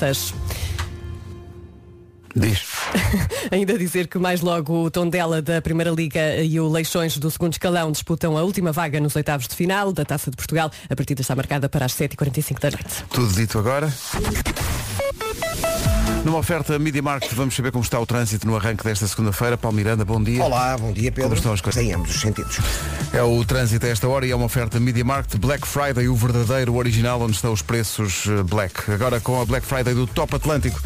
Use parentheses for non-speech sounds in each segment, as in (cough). Seixas. Diz. Ainda dizer que mais logo o Tondela da Primeira Liga e o Leixões do segundo escalão disputam a última vaga nos oitavos de final da Taça de Portugal. A partida está marcada para as 7h45 da noite. Tudo dito agora. Numa oferta Media Market, vamos saber como está o trânsito no arranque desta segunda-feira. Paulo Miranda, bom dia. Olá, bom dia Pedro. Como estão as coisas? Em ambos os sentidos. É o trânsito a esta hora e é uma oferta Media Market Black Friday, o verdadeiro original onde estão os preços eh, black. Agora com a Black Friday do Top Atlântico.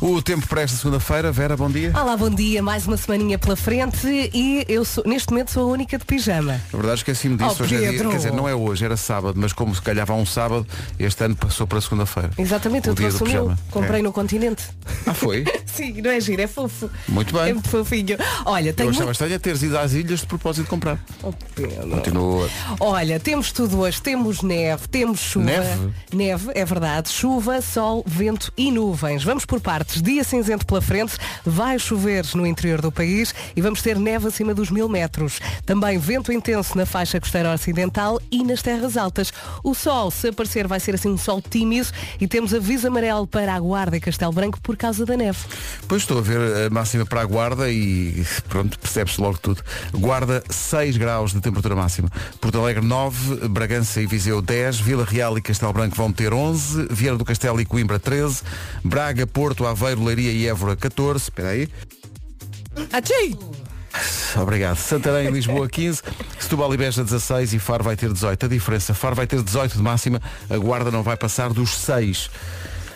O tempo para esta segunda-feira, Vera, bom dia. Olá, bom dia. Mais uma semaninha pela frente e eu sou, neste momento sou a única de pijama. Na verdade esqueci-me disso Oh, hoje é dia. Pedro. Quer dizer, não é hoje, era sábado, mas como se calhava um sábado, este ano passou para segunda-feira. Exatamente, o eu dia trouxe do o meu. pijama. Comprei É. no continente. (laughs) Ah, foi? Sim, não é giro, é fofo. (laughs) Muito bem. É muito fofinho. Olha, Eu tenho achava muito... estranho é teres ido às ilhas de propósito de comprar. Oh, Pedro. Continua. Olha, temos tudo hoje. Temos neve, temos chuva. Neve? Neve, é verdade. Chuva, sol, vento e nuvens. Vamos por partes. Dia cinzento pela frente. Vai chover no interior do país e vamos ter neve acima dos mil metros. Também vento intenso na faixa costeira ocidental e nas terras altas. O sol, se aparecer, vai ser assim um sol tímido e temos aviso amarelo para a Guarda e Castelo Branco por causa da neve. Pois estou a ver a máxima para a Guarda e pronto, percebe-se logo tudo. Guarda 6 graus de temperatura máxima. Porto Alegre 9, Bragança e Viseu 10, Vila Real e Castelo Branco vão ter 11, Vieira do Castelo e Coimbra 13, Braga, Porto, Aveiro, Leiria e Évora 14, espera aí, Achei! obrigado. Santarém e Lisboa 15, Setúbal e Beja 16 e Faro vai ter 18. A diferença, Faro vai ter 18 de máxima, a Guarda não vai passar dos 6.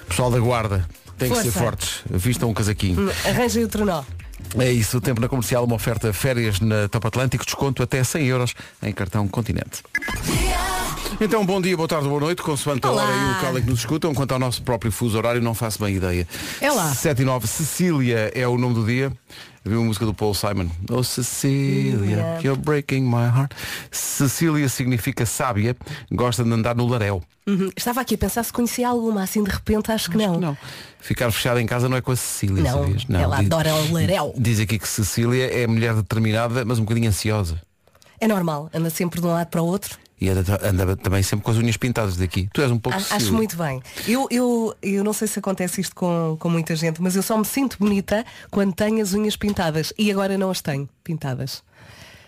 Pessoal da Guarda, tem que ser Força. Hum, fortes, vistam um casaquinho. Arranjem outro nó. É isso, o tempo na comercial, uma oferta férias na Top Atlântico, desconto até 100 euros em cartão Continente. Então, bom dia, boa tarde, boa noite, consoante a Olá. hora e o local em que nos escutam. Quanto ao nosso próprio fuso horário, não faço bem ideia. É lá. 7 e 9, Cecília é o nome do dia. Havia uma música do Paul Simon. Oh Hum, é. Cecília, you're breaking my heart. Cecília significa sábia, gosta de andar no laréu. Uhum. Estava aqui a pensar se conhecia alguma, assim de repente acho que não. Não. Ficar fechada em casa não é com a Cecília, Não, sabias? ela adora o laréu. Diz aqui que Cecília é mulher determinada, mas um bocadinho ansiosa. É normal, anda sempre de um lado para o outro. E anda, anda também sempre com as unhas pintadas daqui. Tu és um pouco A- Cecília. Acho muito bem. Eu, eu, eu não sei se acontece isto com, com muita gente, mas eu só me sinto bonita quando tenho as unhas pintadas. E agora não as tenho pintadas.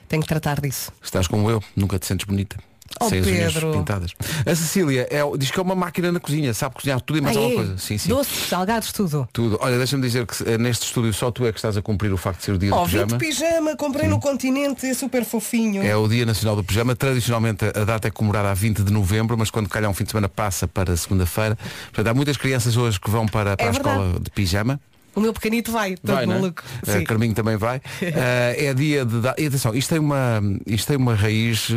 Tenho que tratar disso. Estás como eu, nunca te sentes bonita. Oh, Sem as Pedro. unhas pintadas. A Cecília é, diz que é uma máquina na cozinha, sabe cozinhar tudo e mais Ah, alguma é? coisa. Sim, sim. Doces, salgados, tudo. Tudo. Olha, deixa-me dizer que eh, neste estúdio só tu é que estás a cumprir o facto de ser o dia do Ó, vim pijama. de pijama, comprei no continente, é super fofinho. É o Dia Nacional do Pijama. Tradicionalmente a data é comemorada a 20 de novembro, mas quando calhar um fim de semana passa para segunda-feira. Portanto, há muitas crianças hoje que vão para, para a É verdade. escola de pijama. O meu pequenito vai, todo não é? maluco. Eh, Sim. Carminho também vai. (laughs) Eh, é dia de. da- E atenção, isto tem uma, isto tem uma raiz eh,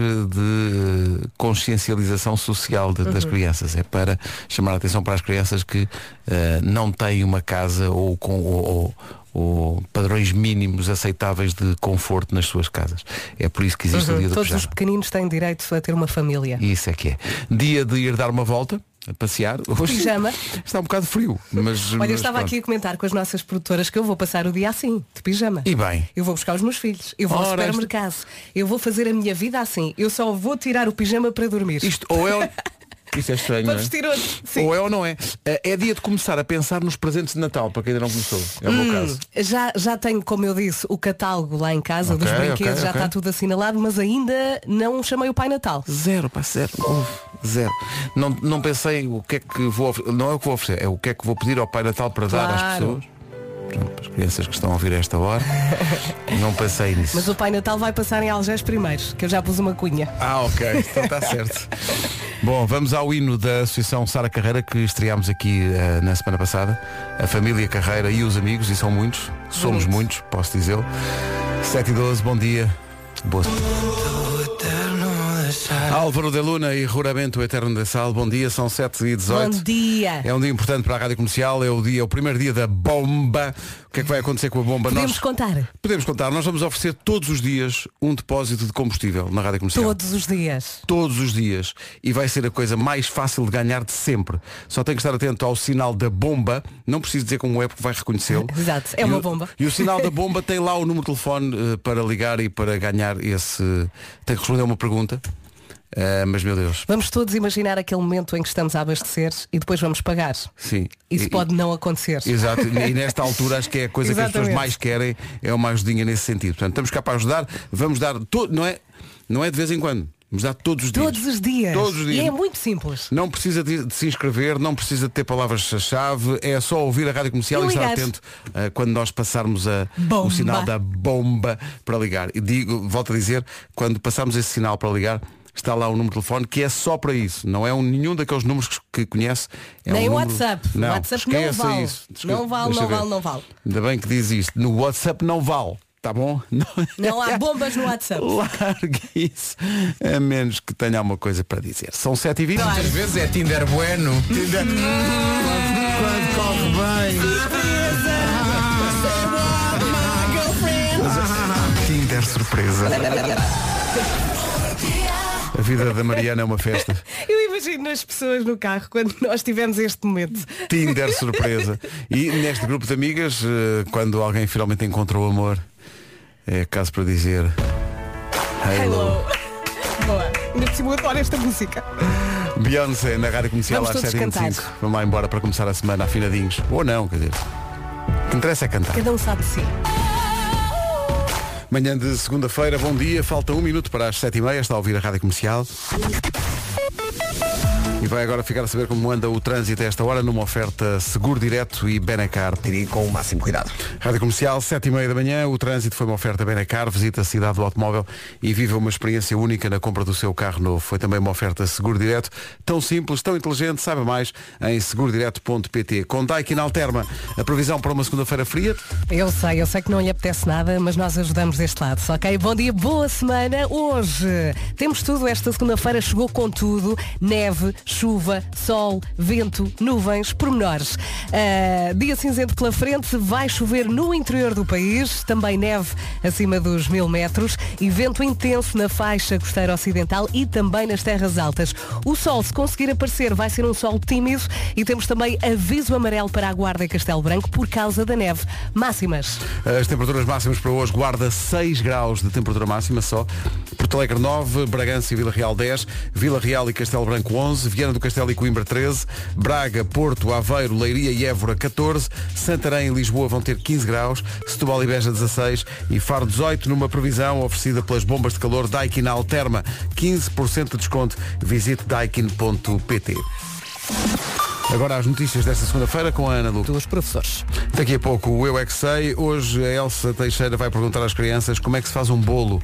de consciencialização social de- Uhum. das crianças. É para chamar a atenção para as crianças que eh, não têm uma casa ou com. ou- ou- ou padrões mínimos aceitáveis de conforto nas suas casas. É por isso que existe o dia Uhum. do Todos pijama. os pequeninos têm direito a ter uma família. E Isso é que é. Dia de ir dar uma volta, a passear. Hoje Pijama. (laughs) Está um bocado frio, mas. Olha, mas eu estava pronto. aqui a comentar com as nossas produtoras que eu vou passar o dia assim, de pijama. E bem. Eu vou buscar os meus filhos, eu vou ao Ora, esta- supermercado, eu vou fazer a minha vida assim. Eu só vou tirar o pijama para dormir. Isto ou (laughs) é. Isto é estranho. para não é? vestir outro. Sim. Ou é ou não é? Eh, É dia de começar a pensar nos presentes de Natal, para quem ainda não começou. É o meu caso. Hum. Já, já tenho, como eu disse, o catálogo lá em casa dos Ok, brinquedos, ok, já ok. está tudo assinalado, mas ainda não chamei o Pai Natal. Zero, pá, zero. Houve, zero. Não, não pensei o que é que vou oferecer. Não é o que vou oferecer, é o que é que vou pedir ao Pai Natal para dar às Claro. pessoas. Pronto, as crianças que estão a ouvir a esta hora. não pensei nisso. Mas o Pai Natal vai passar em Algés primeiro, que eu já pus uma cunha. Ah, ok, então está certo. Bom, vamos ao hino da Associação Sara Carreira que estreámos aqui eh, na semana passada. A família Carreira e os amigos, e são muitos, somos Bonito. muitos, posso dizê-lo. 7 e 12, bom dia. Boa Álvaro de Luna e Ruramento Eterno da Sal, bom dia, são 7 e 18. Bom dia! É um dia importante para a Rádio Comercial, é o dia, é o primeiro dia da bomba. O que é que vai acontecer com a bomba? Podemos Nós- contar Podemos contar, nós vamos oferecer todos os dias um depósito de combustível na Rádio Comercial. todos os dias. Todos os dias. E vai ser a coisa mais fácil de ganhar de sempre. Só tem que estar atento ao sinal da bomba. Não preciso dizer como é porque vai reconhecê-lo. (laughs) Exato, é E uma o- bomba. E o (laughs) sinal da bomba tem lá o número de telefone eh, para ligar e para ganhar esse. Tem que responder a uma pergunta. Ah, mas meu Deus, Vamos todos imaginar aquele momento em que estamos a abastecer e depois vamos pagar. sim. Isso E- pode não acontecer. Exato, e nesta altura acho que é a coisa que as pessoas Exatamente. mais querem, é uma ajudinha nesse sentido. Portanto, estamos cá para ajudar, vamos dar, to- não, é, não é de vez em quando, vamos dar todos os dias. Todos os dias. Todos os dias. E é muito simples. Não precisa de, de se inscrever, não precisa de ter palavras-chave, é só ouvir a rádio comercial E e, estar ligar. atento ah, quando nós passarmos a, o Bomba. sinal da bomba para ligar. E digo, volto a dizer, quando passarmos esse sinal para ligar, está lá o número de telefone que é só para isso. Não é um, nenhum daqueles números que, que conhece. É Nem um o número- WhatsApp. O Não, WhatsApp não esqueça vale. isso. Esque- Não vale, deixa não ver. vale, não vale. Ainda bem que diz isto. No WhatsApp não vale. Tá bom? (laughs) Não há bombas no WhatsApp. Largue isso. A menos que tenha alguma coisa para dizer. São 7h20. Claro. vezes é Tinder bueno. Tinder... Quando corre (laughs) bem. Tinder (laughs) surpresa. A vida da Mariana é uma festa. Eu imagino as pessoas no carro quando nós tivemos este momento. Tinder surpresa. E neste grupo de amigas, eh, quando alguém finalmente encontra o amor, é caso para dizer. Hello. Boa. Ainda por cima eu adoro esta música. Beyoncé na rádio comercial Vamos às todos 7h25. cantar. Vamos lá embora para começar a semana afinadinhos. Ou não, quer dizer. O que interessa é cantar. Cada um sabe de si. Manhã de segunda-feira, bom dia. Falta um minuto para as 7h30. Está a ouvir a rádio comercial. E vai agora ficar a saber como anda o trânsito a esta hora numa oferta Seguro Direto e Benacar. Diria com o máximo cuidado. Rádio Comercial, 7 e meia da manhã, o trânsito foi uma oferta Benacar, visita a cidade do automóvel e viva uma experiência única na compra do seu carro novo. Foi também uma oferta Seguro Direto, tão simples, tão inteligente, saiba mais em segurodireto.pt. Com Daikin Alterma, a previsão para uma segunda-feira fria, Eu sei, eu sei que não lhe apetece nada, mas nós ajudamos deste lado, ok? Bom dia, boa semana. Hoje temos tudo, esta segunda-feira chegou com tudo. Neve, chuva, sol, vento, nuvens, pormenores. Ah, dia cinzento pela frente, vai chover no interior do país, também neve acima dos mil metros e vento intenso na faixa costeira ocidental e também nas terras altas. O sol, se conseguir aparecer, vai ser um sol tímido e temos também aviso amarelo para a Guarda e Castelo Branco por causa da neve. Máximas. Eh, As temperaturas máximas para hoje guarda 6 graus de temperatura máxima só. Porto Alegre 9, Bragança e Vila Real 10, Vila Real e Castelo Branco 11, Viana do Castelo e Coimbra 13, Braga, Porto, Aveiro, Leiria e Évora 14, Santarém e Lisboa vão ter 15 graus, Setúbal e Beja 16 e Faro 18 numa previsão oferecida pelas bombas de calor Daikin Alterma. 15% de desconto. Visite daikin.pt. Agora as notícias desta segunda-feira com a Ana Lu. Dos professores. Daqui a pouco o Eu É Que Sei. Hoje a Elsa Teixeira vai perguntar às crianças como é que se faz (laughs) um bolo.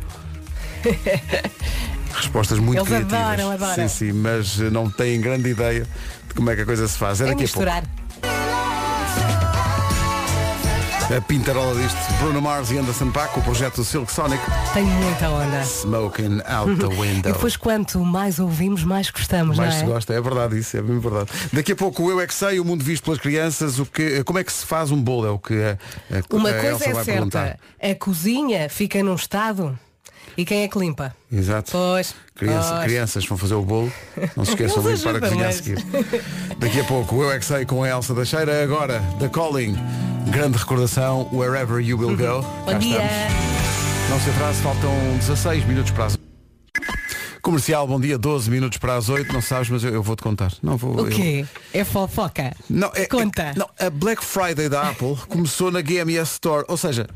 Respostas muito Eles criativas. adoram, adoram. Sim, sim, mas eh, não têm grande ideia de como é que a coisa se faz. É É daqui a pouco. misturar. A pintarola disto. Bruno Mars e Anderson Paco, o projeto Silk Sonic. Tem muita onda. Smoking out the window. (laughs) E depois quanto mais ouvimos, mais gostamos, Então. mais não é? se gosta, é verdade isso, é mesmo verdade. Daqui a pouco o Eu É Que Sei, o mundo visto pelas crianças, o que, como é que se faz um bolo, é o que a, a- Uma a coisa Elsa é vai certa, perguntar. a cozinha fica num estado. E quem é que limpa? Exato. Pois. Criança- pois. crianças vão fazer o bolo. Não se esqueçam de Eles ir para a cozinha a seguir. ajudam, Daqui a pouco, o Eu É Que Sei com a Elsa da Cheira. Agora, The Calling. Grande recordação, Wherever You Will Go. Cá Uhum. Bom dia. estamos. Não se atrase, faltam 16 minutos para as... Comercial, bom dia, 12 minutos para as 8. Não sabes, mas eu, eu vou-te contar. Não vou... O eu- quê? É fofoca? Não, é, Conta. é- não, a Black Friday da Apple começou na GMS Store. Ou seja,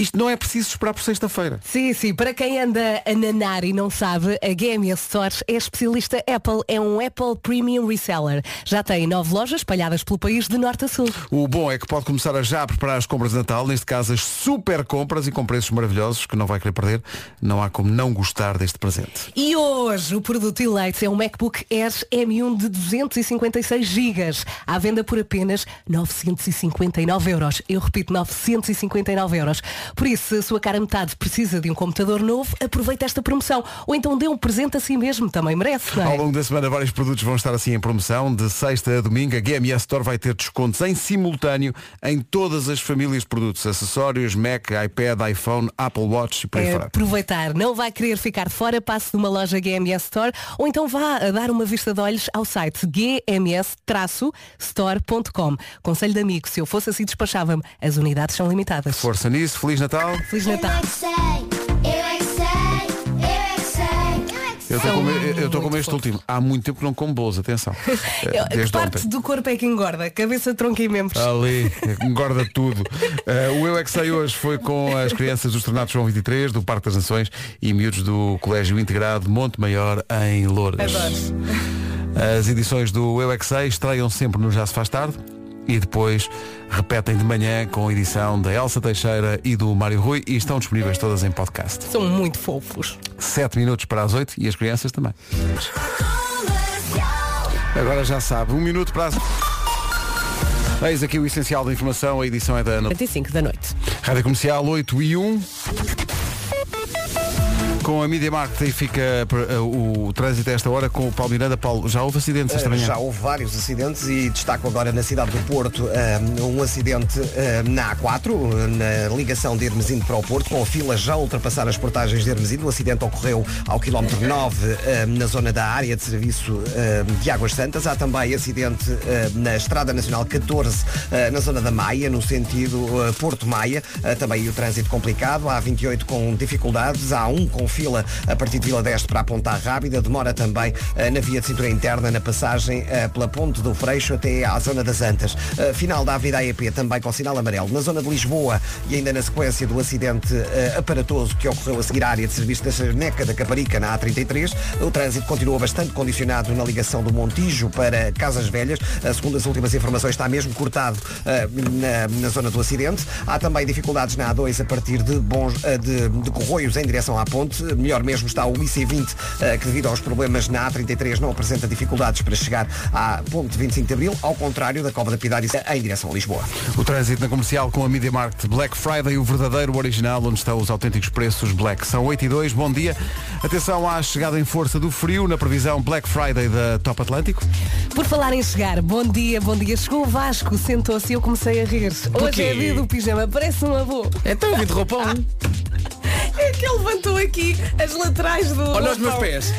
isto não é preciso esperar por sexta-feira. Sim, sim, para quem anda a nanar e não sabe, a GMS Store é especialista Apple, é um Apple Premium Reseller. Já tem nove lojas espalhadas pelo país de norte a sul. O bom é que pode começar a já preparar as compras de Natal, neste caso as super compras e com preços maravilhosos que não vai querer perder. Não há como não gostar deste presente. E hoje o produto eleito é um MacBook Air M1 de 256 GB, à venda por apenas 959 euros. Eu repito, 959 euros. Por isso, se a sua cara metade precisa de um computador novo, aproveita esta promoção. Ou então dê um presente a si mesmo, também merece, não é? Ao longo da semana vários produtos vão estar assim em promoção. De sexta a domingo a GMS Store vai ter descontos em simultâneo em todas as famílias de produtos. Acessórios, Mac, iPad, iPhone, Apple Watch e por aí É, fora. aproveitar. Não vai querer ficar de fora, passe numa loja GMS Store ou então vá a dar uma vista de olhos ao site gms-store.com. Conselho de amigo, se eu fosse assim despachava-me. As unidades são limitadas. Força nisso, Feliz Natal. Feliz Eu é Natal. que sei, eu é que sei, eu é que sei, eu é que Eu São estou com, muito este fofos. último. Há muito tempo que não como bolos, (laughs) atenção. Eh, Que parte do corpo é que engorda? Cabeça, tronco e membros. Ali, engorda tudo. Eh, o Eu É Que Sei hoje foi com as crianças dos Tornados João 23, do Parque das Nações e miúdos do Colégio Integrado Monte Maior, em Loures. Adoro. As edições do Eu É Que Sei estreiam sempre no Já Se Faz Tarde e depois repetem de manhã com a edição da Elsa Teixeira e do Mário Rui e estão disponíveis todas em podcast. São muito fofos. 7 minutos para as 8 e as crianças também. Agora já sabe, um minuto para as... Eis aqui o essencial da informação, a edição é da Ana 45 da noite. Rádio Comercial 8 e 1. Com a Media Market e fica eh, o trânsito a esta hora com o Paulo Miranda. Paulo, É, já houve acidentes esta manhã? Já houve vários acidentes e destaco agora na cidade do Porto ah, um acidente ah, na A4, na ligação de Hermesinde para o Porto, com a fila já a ultrapassar as portagens de Hermesinde. O acidente ocorreu ao quilómetro 9, ah, na zona da área de serviço ah, de Águas Santas. Há também acidente ah, na Estrada Nacional 14, ah, na zona da Maia, no sentido ah, Porto Maia. Ah, também o trânsito complicado. Há 28 com dificuldades, há um com fila a partir de Vila Deste para a Ponta Rábida. Demora também ah, na via de cintura interna, na passagem ah, pela Ponte do Freixo até à zona das Antas. Ah, final da Avenida AEP também com sinal amarelo. Na zona de Lisboa e ainda na sequência do acidente ah, aparatoso que ocorreu a seguir à área de serviço da Charneca da Caparica na A33, o trânsito continua bastante condicionado na ligação do Montijo para Casas Velhas. Ah, segundo as últimas informações, está mesmo cortado ah, na, na zona do acidente. Há também dificuldades na A2 a partir de, bons, ah, de, de Corroios em direção à Ponte. Melhor mesmo está o IC20, ah, que devido aos problemas na A33 não apresenta dificuldades para chegar à Ponte 25 de Abril, ao contrário da Cova da Piedade é em direção a Lisboa. O trânsito na comercial com a Media Market Black Friday, o verdadeiro original, onde estão os autênticos preços Black. São 8 e 2, bom dia. Atenção à chegada em força do frio na previsão Black Friday da Top Atlântico. Por falar em chegar, bom dia, bom dia. Chegou o Vasco, sentou-se e eu comecei a rir. Hoje é dia do pijama, parece um avô. Então, vim de roupão. (laughs) É que ele levantou aqui as laterais do. Olha os meus roupão. pés.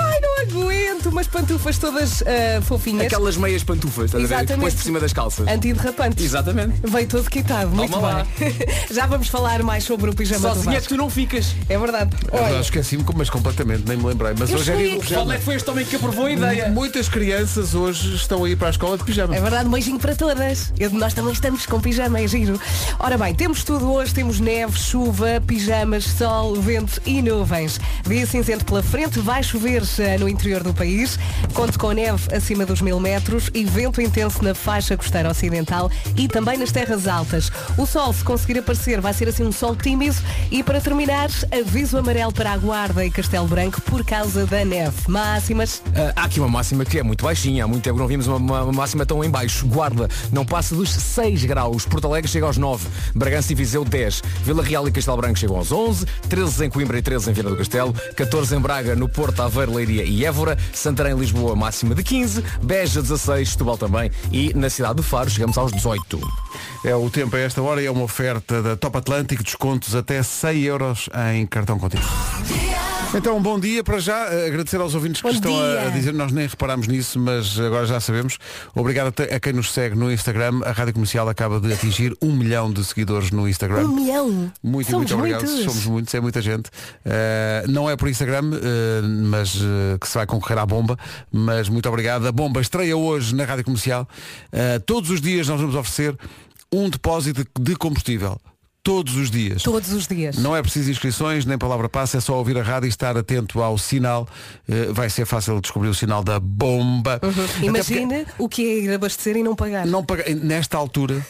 Ai, não aguento, umas pantufas todas ah, fofinhas. Aquelas meias pantufas, estás a ver? Que Exatamente. pões por cima das calças. Antiderrapantes. Exatamente. Veio todo quitado, muito lá. bem. (laughs) Já vamos falar mais sobre o pijama do Sozinha é que Vasco. tu não ficas. É verdade. Olha, esqueci-me, mas completamente, nem me lembrei. Mas Eu hoje é escolhi dia do aqui. Qual pijama. é que foi este homem que aprovou a ideia? Muitas crianças hoje estão aí para a escola de pijama. É verdade, um beijinho para todas. Eu, nós também estamos com pijama, é giro. Ora bem, temos tudo hoje, temos neve, chuva, pijamas, sol, vento e nuvens. Dia cinzento pela frente, vai chover eh, no interior do país. Conto com neve acima dos mil metros e vento intenso na faixa costeira ocidental e também nas terras altas. O sol, se conseguir aparecer, vai ser assim um sol tímido. E para terminar, aviso amarelo para a Guarda e Castelo Branco por causa da neve. Máximas. Ah, há aqui uma máxima que é muito baixinha. Há muito tempo que não vimos uma, uma- uma máxima tão em baixo. Guarda, não passa dos 6 graus. Porto Alegre chega aos 9. Bragança e Viseu 10. Vila Real e Castelo Branco chegam aos 11. 13 em Coimbra e 13 em Viana do Castelo. 14 em Braga, no Porto, Aveiro, Leiria e Évora. Santarém e Lisboa, máxima de 15. Beja 16, Setúbal também. E na cidade de Faro chegamos aos 18. É o tempo a esta hora e é uma oferta da Top Atlântico, descontos até 100 euros em cartão contínuo. Então, bom dia para já. eh, Agradecer aos ouvintes que Bom estão a, dia. a dizer, nós nem reparámos nisso, mas agora já sabemos. Obrigado a, te- a quem nos segue no Instagram. A Rádio Comercial acaba de atingir um milhão de seguidores no Instagram. Um milhão. Muito, Somos muito obrigado. muitos. Somos muitos, é muita gente. Eh, não é por Instagram, eh, mas eh, que se vai concorrer à bomba. Mas muito obrigado. A bomba estreia hoje na Rádio Comercial. Eh, todos os dias nós vamos oferecer um depósito de combustível. Todos os dias. Todos os dias. Não é preciso inscrições, nem palavra passe, é só ouvir a rádio e estar atento ao sinal. Eh, vai ser fácil descobrir o sinal da bomba. Até Uhum. Imagina o que é ir abastecer e não pagar. porque Não paga... Nesta altura,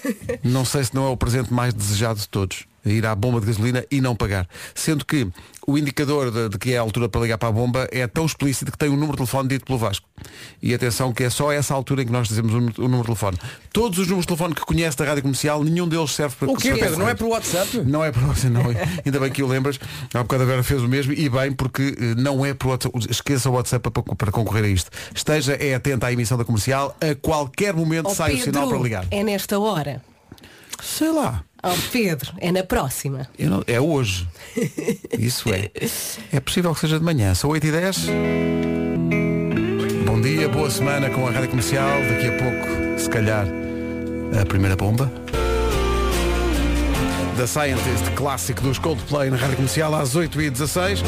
não sei se não é o presente mais desejado de todos. Ir à bomba de gasolina e não pagar. Sendo que o indicador de, de que é a altura para ligar para a bomba é tão explícito que tem o número de telefone dito pelo Vasco. E atenção que é só essa altura em que nós dizemos o, nu- o número de telefone. Todos os números de telefone que conhece da rádio comercial, nenhum deles serve para O quê, para- Pedro? Não é pelo WhatsApp? não é para você, não. Ainda bem que o lembras. Há bocado a Vera fez o mesmo e bem, porque eh, não é para o WhatsApp. Esqueça o WhatsApp para, para concorrer a isto. Esteja é atento à emissão da comercial. A qualquer momento Oh, sai o Pedro, sinal para ligar. É nesta hora. Sei lá. Oh, Pedro, é na próxima. Eu não- é hoje. Isso é. É possível que seja de manhã. São 8 e 10 Bom dia, boa semana com a Rádio Comercial. Daqui a pouco, se calhar, a primeira bomba. Da Scientist, clássico dos Coldplay na Rádio Comercial, às 8h16.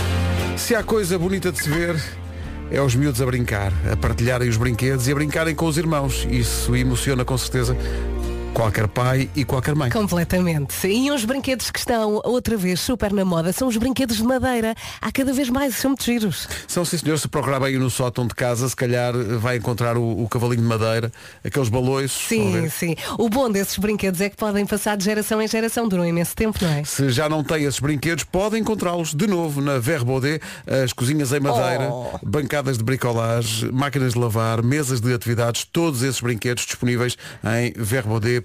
Se há coisa bonita de se ver, é os miúdos a brincar, a partilharem os brinquedos e a brincarem com os irmãos. Isso emociona com certeza qualquer pai e qualquer mãe. Completamente. E uns brinquedos que estão outra vez super na moda são os brinquedos de madeira. Há cada vez mais, são muito giros. São sim senhor, se procurar bem no sótão de casa, se calhar eh, vai encontrar o, o cavalinho de madeira, aqueles balões. estão a Sim, ver? sim. O bom desses brinquedos é que podem passar de geração em geração, duram imenso tempo, não é? Se já não tem esses brinquedos, pode encontrá-los de novo na Verbaudet, as cozinhas em madeira, bancadas de bricolage, máquinas de lavar, mesas de atividades, todos esses brinquedos disponíveis em verbaudet.pt.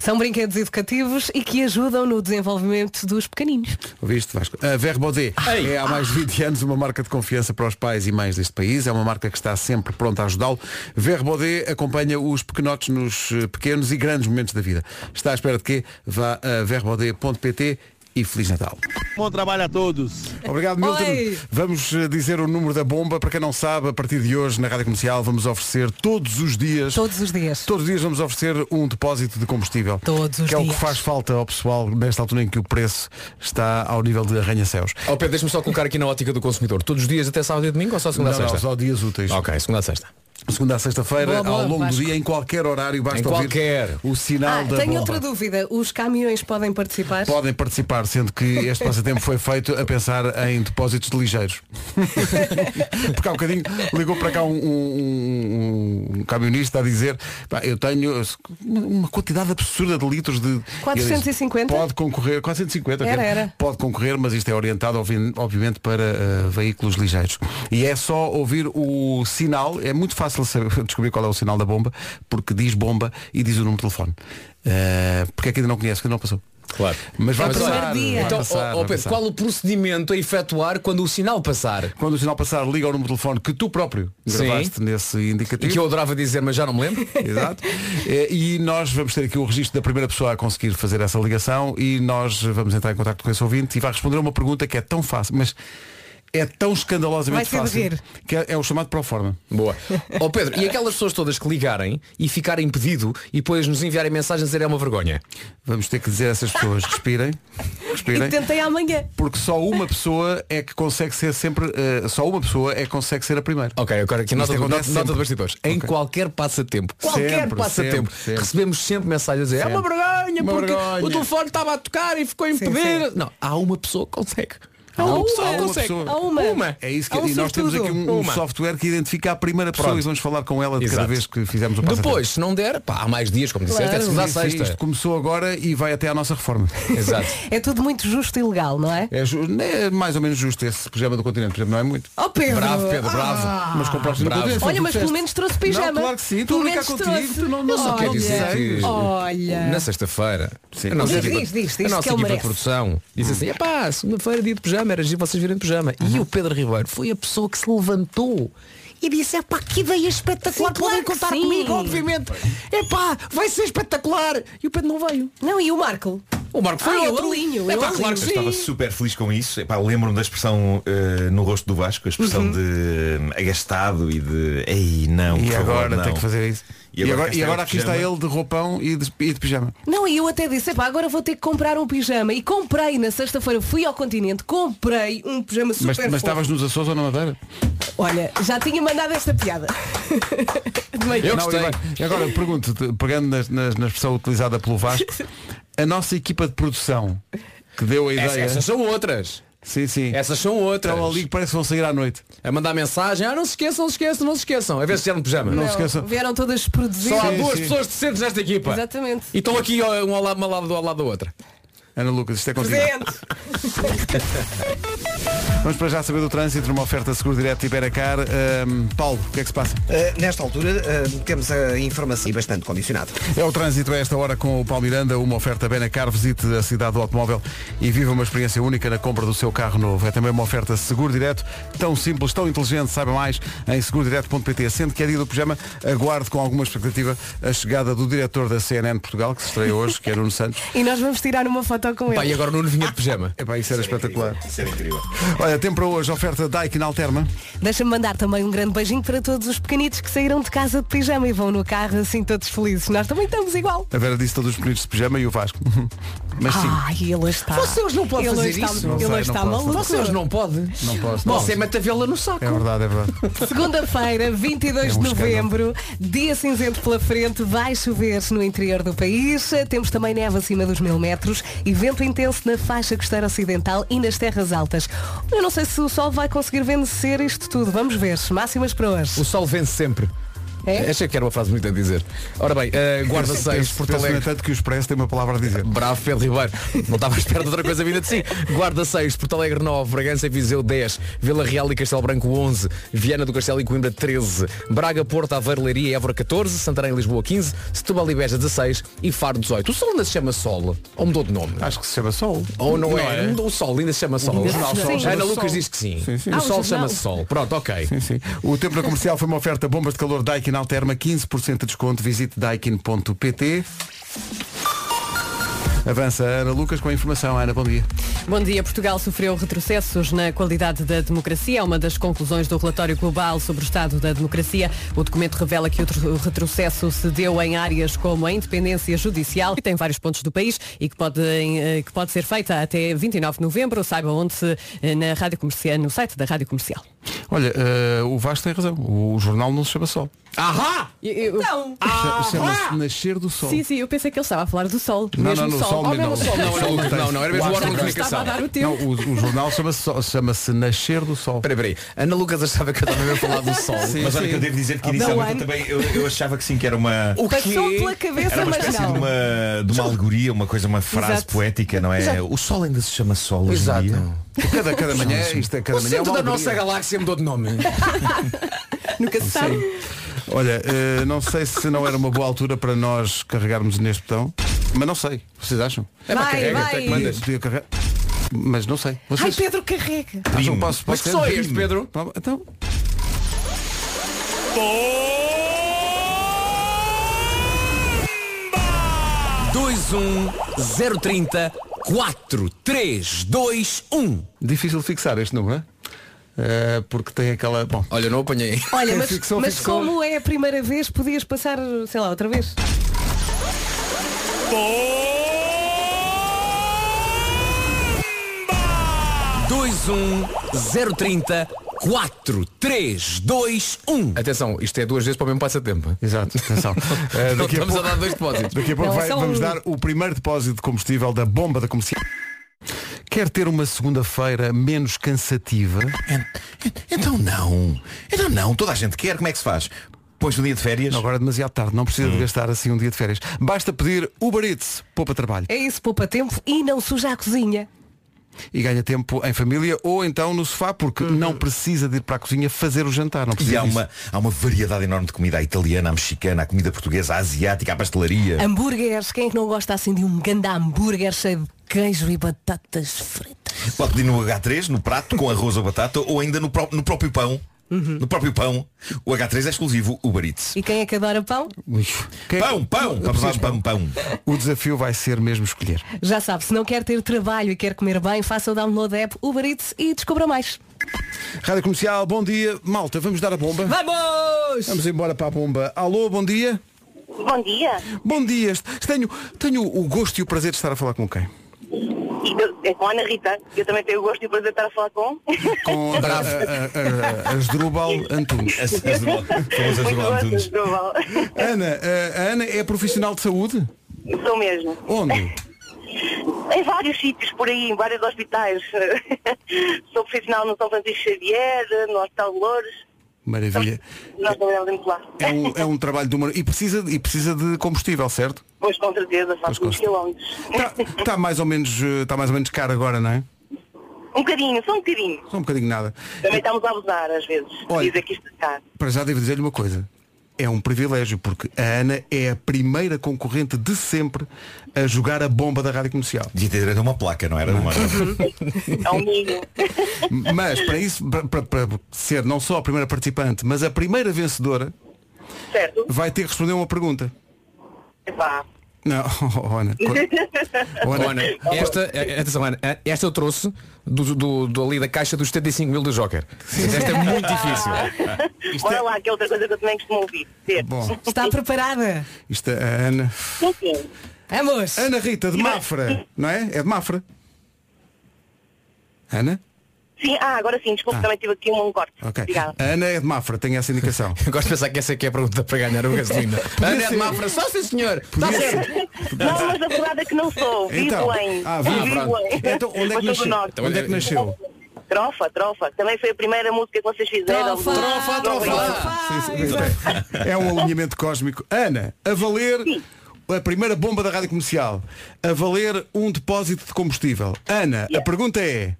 São brinquedos educativos e que ajudam no desenvolvimento dos pequeninos. Ouviste, Vasco? A Verbaudet é há mais de 20 anos uma marca de confiança para os pais e mães deste país. É uma marca que está sempre pronta a ajudá-lo. Verbaudet acompanha os pequenotes nos eh, pequenos e grandes momentos da vida. Está à espera de quê? Vá a verbaudet.pt e Feliz Natal. Bom trabalho a todos. Obrigado, Milton. Oi. Vamos eh, dizer o número da bomba. Para quem não sabe, a partir de hoje, na Rádio Comercial, vamos oferecer todos os dias... Todos os dias. Todos os dias vamos oferecer um depósito de combustível. Todos os Que é o que dias. faz falta ao pessoal nesta altura em que o preço está ao nível de arranha-céus. Ó Pedro, deixa-me só colocar aqui na ótica do consumidor. Todos os dias até sábado e domingo ou só segunda Não, a não, sexta? só dias úteis. Ok, segunda a sexta. Segunda a sexta-feira, Boa, boa, ao longo do Vasco. dia, em qualquer horário, basta Em ouvir qualquer. o sinal Ah, da tenho bomba. outra dúvida. Os caminhões podem participar? Podem participar, sendo que (laughs) este passatempo foi feito a pensar em depósitos de ligeiros. Porque há um bocadinho ligou para cá um, um- um- um camionista a dizer "Pá, eu tenho uma quantidade absurda de litros de... 450? Pode concorrer, 450, ok. Era, era. pode concorrer, mas isto é orientado obvi- obviamente para eh, veículos ligeiros. E é só ouvir o sinal, é muito fácil saber- (laughs) descobrir qual é o sinal da bomba, porque diz bomba e diz o número de telefone. Eh, porque é que ainda não conhece, que não passou. Claro. Mas vai É o primeiro passar, dia. vai Então, passar, ó, ó vai Pedro, passar. qual o procedimento a efetuar quando o sinal passar? Quando é o sinal passar, liga ao número de telefone que tu próprio Sim. gravaste nesse E indicativo. que eu adorava dizer, mas já não me lembro. (laughs) Exato. Eh, E nós vamos ter aqui o registro da primeira pessoa a conseguir fazer essa ligação e nós vamos entrar em contato com esse ouvinte e vai responder a uma pergunta que é tão fácil, mas é tão escandalosamente Vai ser de fácil rir. que é, é o chamado proforma. Boa. Ó Pedro, e aquelas pessoas todas que ligarem e ficarem impedido e depois nos enviarem mensagens a dizer é uma vergonha? Vamos ter que dizer a essas pessoas, respirem, E respirem. tentei amanhã. Porque só uma pessoa é que consegue ser sempre, eh, só uma pessoa é que consegue ser a primeira. Ok, agora aqui nota, Isto do- acontece nota, nota sempre. de bastidores. Em Ok. qualquer passatempo, qualquer Sempre, passatempo, sempre, sempre. recebemos sempre mensagens a dizer é uma Sempre. vergonha Uma porque vergonha." o telefone estava a tocar e ficou impedido. Não, há uma pessoa que consegue. Há uma, uma, pessoa que há uma consegue. pessoa. Há uma. É isso que Há um e nós temos aqui sortudo. um, um Uma. software que identifica a primeira pessoa Pronto. e vamos falar com ela de cada Exato. vez que fizermos o passatempo. Depois, se não der, pá, há mais dias, como disseste, Claro. é segunda a Sim, sim, isto sexta. começou agora e vai até à nossa reforma. Exato. É tudo muito justo e legal, não é? É, ju- é mais ou menos justo esse programa do continente, por exemplo, não é muito. Oh Pedro! Bravo, Pedro, bravo. Mas compraste no bravo. continente. foi o Olha, que mas pelo disseste. menos trouxe pijama. Não, claro que sim, estou a Pelo brincar menos contigo. Tu não, não, Eu só não Quer quero dizer Olha, que olha. na sexta-feira Sim. a nossa Diz, equipa- diz, diz, diz, a que nossa ele equipa de merece. produção disse assim, epá, segunda-feira dia de pijama, era giro vocês virem de pijama. E o Pedro Ribeiro foi a pessoa que se levantou e disse, epá, que ideia espetacular, Sim, podem claro que contar sim. comigo, obviamente. Epá, vai ser espetacular. E o Pedro não veio. é Não, e o Marco? O Marco foi Ah, eu outro. alinho, eu Epá, alinho. claro que Eu sim. estava super feliz com isso. Epá, Lembro-me da expressão eh, no rosto do Vasco, a expressão Uhum. de hum, agastado e de ei, não. por E favor, agora não." tem que fazer isso. E agora, cá e é agora eu de aqui está pijama. ele de roupão e de, e de pijama. Não, e eu até disse, epá, agora vou ter que comprar um pijama. E comprei na sexta-feira, fui ao continente, comprei um pijama super Mas, mas fofo. estavas nos Açores ou na Madeira? Olha, já tinha mandado esta (laughs) piada. De manhã. Eu Não, gostei. e bem, e agora pergunto-te, pegando nas- nas- na expressão utilizada pelo Vasco, a nossa equipa de produção que deu a Essas, ideia. essas são outras. Sim, sim. Essas são outras. Estão ali que parece que vão sair à noite. A mandar mensagem, ah, não se esqueçam, não se esqueçam, não se esqueçam. A ver se fizeram de pijama. Não se esqueçam. Vieram todas Só produzidas. há Sim, duas sim. pessoas decentes nesta equipa. Exatamente. E estão aqui ó, um ao lado, uma lado do ao lado da outra. Ana Lucas, isto é contigo. Presente. Vamos para já saber do trânsito numa oferta seguro direto Iberacar. Ahm, Paulo, o que é que se passa? Uh, nesta altura uh, temos a informação bastante condicionada. É o trânsito a esta hora com o Paulo Miranda, uma oferta Benacar, visite a cidade do automóvel e viva uma experiência única na compra do seu carro novo. É também uma oferta seguro direto, tão simples, tão inteligente, saiba mais em segurodireto.pt. Sendo que é dia do pijama, aguardo com alguma expectativa a chegada do diretor da CNN Portugal, que se estreia hoje, que é Nuno Santos. E nós vamos tirar uma foto com Pá, ele. (laughs) e agora o Nuno vinha de pijama. Epá, isso era espetacular. Isso era incrível. Olha, tempo para hoje, oferta Daikin Alterma. Deixa-me mandar também um grande beijinho para todos os pequenitos que saíram de casa de pijama e vão no carro assim todos felizes. Nós também estamos igual. A Vera disse todos os pequenitos de pijama e o Vasco. (laughs) Mas sim. Ai, ele está. Vocês não podem ele fazer está, isso. Não Ele sei, está não posso. é um maluco. Vocês não podem. Não posso. Você é mete a viola no saco. É verdade, é verdade. (laughs) Segunda-feira, 22 de um escândalo. novembro, dia cinzento pela frente, vai chover no interior do país, temos também neve acima dos mil metros e vento intenso na faixa costeira ocidental e nas terras altas. Eu não sei se o sol vai conseguir vencer isto tudo, vamos ver, máximas para hoje. O sol vence sempre. É? Achei que era uma frase bonita de dizer. Ora bem, eh, guarda Penso- 6, penso- Porto penso, no Alegre. entanto, é que o Expresso tem uma palavra a dizer. Bravo, Pedro Ribeiro. Não estava à espera de outra coisa vinda de si. Guarda 6, Porto Alegre 9, Bragança e Viseu 10, Vila Real e Castelo Branco 11, Viana do Castelo e Coimbra 13, Braga, Porto, Aveiro, Leiria e Évora 14, Santarém e Lisboa 15, Setúbal e Beja 16 e Faro 18. O Sol ainda se chama Sol. Ou mudou de nome? Acho que se chama Sol. Ou Ah, não, é? O Sol ainda se chama Sol. jornal Sol Sim. chama-se Ana Lucas Sol. diz que sim. Sim, sim. O Ah, o Sol jornal. chama-se Sol. Pronto, ok. Sim, sim. O tempo na comercial foi uma oferta bombas de calor Daikin Alterma, 15% de desconto. Visite daikin.pt. Avança a Ana Lucas com a informação. Ana, bom dia. Bom dia. Portugal sofreu retrocessos na qualidade da democracia. É uma das conclusões do relatório global sobre o estado da democracia. O documento revela que o tr- o retrocesso se deu em áreas como a independência judicial, que tem vários pontos do país e que pode, eh, que pode ser feita até 29 de novembro. Saiba onde se, eh, na rádio comercial, no site da Rádio Comercial. Olha, eh, o Vasco tem razão. O jornal não se chama Sol. Ahá! Então. Não! Ah! Cha- Chama-se Nascer do Sol. Ah, Sim, sim, eu pensei que ele estava a falar do sol. Não, mesmo não, não, sol. sol Ao mesmo mesmo não. sol. Não, era o Oh, Sol, não, era mesmo o Já órgão de que eu estava a comunicação. dar o Não, tempo. o, o jornal chama-se Sol- chama-se Nascer do Sol. Espera, espera aí. Ana Lucas achava que eu estava mesmo a falar do Sol. Sim, Mas olha sim. que eu devo dizer que inicialmente eu ano. também eu, eu achava que sim, que era uma. O Passou quê? pela cabeça, Era uma mas espécie de não. uma, de uma alegoria, uma coisa, uma frase Exato. poética, não é? O sol ainda se chama sol hoje em Exato. dia. Cada, cada manhã, isto é cada O manhã. é centro uma da nossa alegria. galáxia mudou de nome. Nunca se sabe. Olha, eh, não sei se não era uma boa altura para nós carregarmos neste botão, mas não sei. Vocês acham? É uma Vai, carrega, vai. até que Podia- mandas. podia carregar, mas não sei. Ai, Vocês Pedro, carrega. Mas Primo. posso, Mas posso que ter? só é este, Pedro? Tá bom, Então, dois um zero trinta quatro três dois um difícil fixar este número, não é? Eh, porque tem aquela. Bom, Olha, não apanhei. Olha, Quem mas, fixou, mas fixou. como é a primeira vez, podias passar, sei lá, outra vez? dois um zero trinta quatro três dois um Atenção, isto é duas vezes para o mesmo passatempo. exato, (laughs) atenção. Eh, Não daqui, a estamos a, pouco, dar dois depósitos. daqui a é pouco Não, vai- são- um. vamos dar o primeiro depósito de combustível da bomba da comercial. Quer ter uma segunda-feira menos cansativa? Então não. Então não. Toda a gente quer. Como é que se faz? Pões um dia de férias. Não, agora é demasiado tarde, não precisa de gastar assim um dia de férias. Basta pedir Uber Eats, poupa trabalho. É isso, poupa tempo e não suja a cozinha. E ganha tempo em família ou então no sofá, porque não precisa de ir para a cozinha fazer o jantar. Não precisa E há disso. uma, há uma variedade enorme de comida. A italiana, a mexicana, a comida portuguesa, a asiática, a pastelaria. Hambúrgueres, quem é que não gosta assim de um ganda hambúrguer cheio de queijo e batatas fritas? Pode pedir no H3, no prato, com arroz ou batata, ou ainda no, pró- no próprio pão. No próprio pão. O H3 é exclusivo, o Baritz. E quem é que adora pão? Ui, é que- Pão, pão, pão, pão, pão, pão. O desafio vai ser mesmo escolher. Já sabe, se não quer ter trabalho e quer comer bem, faça o download da app Uber Eats e descubra mais. Rádio Comercial, bom dia. Malta, vamos dar a bomba. Vamos! Vamos embora para a bomba. Alô, bom dia. Bom dia. Bom dia. Tenho, tenho o gosto e o prazer de estar a falar com quem? E eu- É com a Ana Rita. Eu também tenho o gosto e o prazer de estar a falar com. Com a, a, a, a, a Asdrúbal (laughs) Antunes. As- as- Fomos as Muito gosto, Antunes. Asdrúbal. Ana, a, a Ana é profissional de saúde? Sou mesmo. Onde? Em vários sítios por aí, em vários hospitais. (laughs) Sou profissional no São Francisco Xavier, no Hospital de Loures. Maravilha. Nós trabalhamos muito lá. É um, é um trabalho de uma... E precisa, e precisa de combustível, certo? Pois com certeza, Pois, faço com uns certeza. Tá, quilómetros. Está tá mais ou menos eh, tá mais ou menos caro agora, não é? (laughs) Um bocadinho, só um bocadinho. Só um bocadinho nada. Também estamos a abusar às vezes. Olha. Diz aqui está. Para já devo dizer-lhe uma coisa. É um privilégio, porque a Ana é a primeira concorrente de sempre a jogar a bomba da rádio comercial. Devia ter direito a uma placa, não era? Uma... É um (laughs) milho. Mas para isso, para, para- para ser não só a primeira participante, mas a primeira vencedora, certo? vai ter que responder uma pergunta. Epá. Não, (laughs) oh, Ana. cor- Ana, Ana, esta, eh, atenção, Ana, eh, esta eu trouxe do, do, do- ali da caixa dos 75 mil do Joker. Mas esta é muito difícil. Bora lá, que é outra coisa que eu também costumo ouvir. Dizer. Bom, Está preparada? É isto é a Ana. Sim, sim. Vamos! Ana Rita de Mafra, não é? É de Mafra. Ana? Sim, ah, agora sim, desculpe, também tive aqui um corte. Ok. Obrigada. A Ana é de Mafra, tenho essa indicação. Eu Gosto de pensar que essa é que é a pergunta para ganhar (laughs) o gasolina. Ana é de ser. Mafra, só sim senhor. Está certo. Não, mas a verdade é que não sou. Vivo Então, em. ah, vivo. vivo em. Então, onde é Mas que sou do nasceu? norte. Então, onde é que nasceu? Trofa, trofa. Também foi a primeira música que vocês fizeram. Trofa, Não, trofa. não, Sim, sim, bem, bem. É um alinhamento cósmico. Ana, a valer a primeira bomba da rádio comercial, a valer um depósito de combustível. Ana, a pergunta é,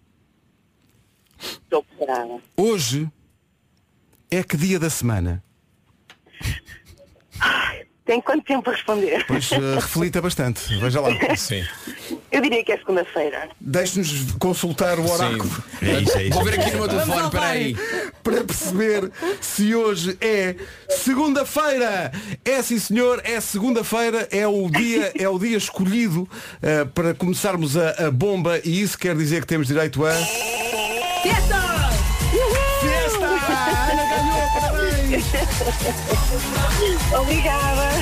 Estou preparada. hoje é que dia da semana? Tem quanto tempo para responder? Pois eh, reflita bastante, veja lá. Sim. Eu diria que é segunda-feira. Deixe-nos consultar o oráculo É isso, é isso. Vou ver aqui no meu telefone, Vamos lá, peraí. para perceber se hoje é segunda-feira. É sim senhor, é segunda-feira, é o dia, é o dia escolhido eh, para começarmos a, a bomba e isso quer dizer que temos direito a. Fiesta! Ana ganhou, parabéns! Obrigada.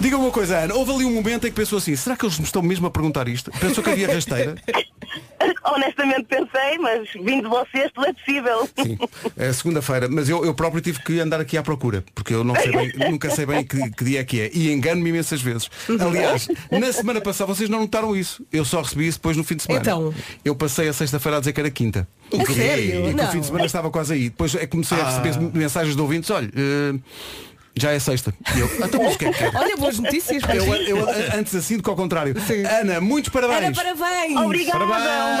Diga-me uma coisa, Ana, houve ali um momento em que pensou assim, será que eles me estão mesmo a perguntar isto? Pensou que havia rasteira? (laughs) Honestamente pensei, mas vindo de vocês tudo é possível. Sim, é segunda-feira, mas eu, eu próprio tive que andar aqui à procura, porque eu não sei bem, nunca sei bem que, que dia é que é. E engano-me imensas vezes. Aliás, na semana passada vocês não notaram isso. Eu só recebi isso depois no fim de semana. Então? Eu passei a sexta-feira a dizer que era quinta. A sério? E que o Não. fim de semana estava quase aí. Depois é que comecei a receber mensagens de ouvintes, olha, eh, já é sexta. E eu, então mas o que é que é? Olha, boas notícias. Eu, eu, antes assim do que ao contrário. Sim. Ana, muitos parabéns. É Ana, parabéns! (laughs) Obrigada. Parabéns.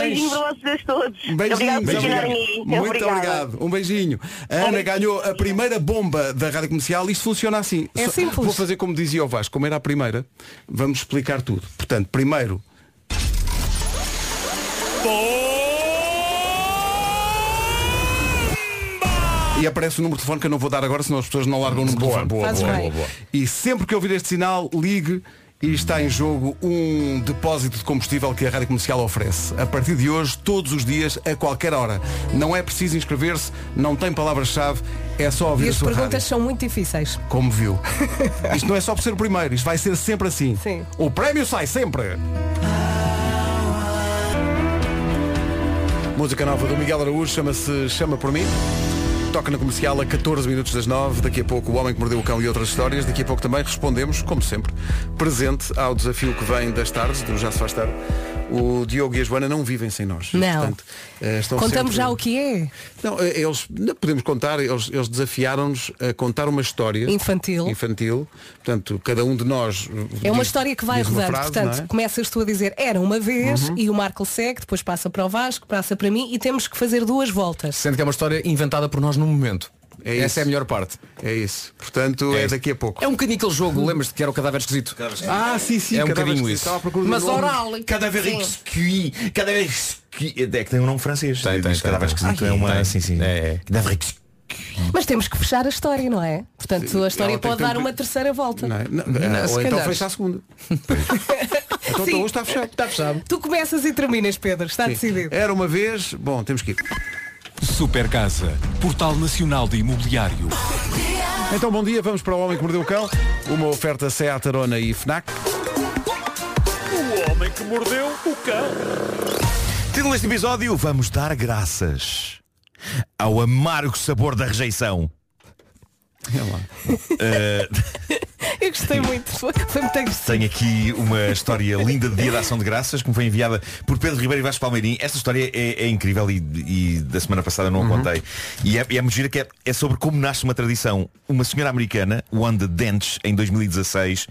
Um beijinho para vocês todos. Beijinhos, Obrigada por continuarem aí. Muito Obrigada. obrigado. Um beijinho. A Ana Obrigada. ganhou a primeira bomba da rádio comercial. Isto funciona assim. É Só- simples. Vou fazer como dizia o Vasco. Como era a primeira, vamos explicar tudo. Portanto, primeiro. E aparece o número de telefone que eu não vou dar agora, senão as pessoas não largam o número de telefone. Faz bem. E sempre que ouvir este sinal, ligue e está em jogo um depósito de combustível que a Rádio Comercial oferece. A partir de hoje, todos os dias, a qualquer hora. Não é preciso inscrever-se, não tem palavra-chave, é só ouvir E a as sua perguntas rádio. são muito difíceis. Como viu. Isto não é só por ser o primeiro, isto vai ser sempre assim. Sim. O prémio sai sempre. Música nova do Miguel Araújo chama-se Chama Por Mim. Toca na comercial a 14 minutos das 9. Daqui a pouco o Homem que Mordeu o Cão e outras histórias. Daqui a pouco também respondemos, como sempre, presente ao desafio que vem das tardes, do Já Se Faz Tarde. O Diogo e a Joana não vivem sem nós. Não. eh, estão Contamos sempre- já o que é. Não, eh, eles não podemos contar, eles, eles desafiaram-nos a contar uma história Infantil. infantil. Portanto, cada um de nós. eh, É uma diz- história que vai diz uma rodando. frase, Portanto, não é? Uhum. começas tu a dizer era uma vez e o Marco segue, depois passa para o Vasco, passa para mim e temos que fazer duas voltas. Sendo que é uma história inventada por nós no momento. É isso. Essa é a melhor parte. É isso. Portanto, é, isso. daqui a pouco. É um bocadinho aquele jogo, lembras-te que era o cadáver esquisito? Ah, sim, sim, é um cada vez bocadinho que- isso. estava à procura do Mas nome. oral. Cada vez exqui, cada vez exqui, é que tem um nome francês. Tem, tem, Diz tem, cada vez tem. esquisito Ah, é uma, tem. sim, sim. É, é. Cada vez exqui. Mas temos que fechar a história, não é? Portanto, a história ela tem pode que ter dar um- uma terceira volta. Não é? Não, Não, ou se então calhar. fecha (laughs) a segunda. então Sim. hoje está fechado. Está fechado. Tu começas e terminas, Pedro. Está decidido. Era uma vez. Bom, temos que ir. Super Casa, Portal Nacional de Imobiliário. Então bom dia, vamos para o Homem que Mordeu o Cão. Uma oferta Seat Arona e FNAC. Título deste episódio, vamos dar graças ao amargo sabor da rejeição. Eu gostei muito. Foi, foi muito agressivo. Tenho aqui uma história linda de Dia da Ação de Graças que me foi enviada por Pedro Ribeiro e Vasco Palmeirim. Esta história é, é incrível e, e da semana passada não a contei. E é, e é muito gira que é, é sobre como nasce uma tradição. Uma senhora americana, Wanda Dentes, em 2016,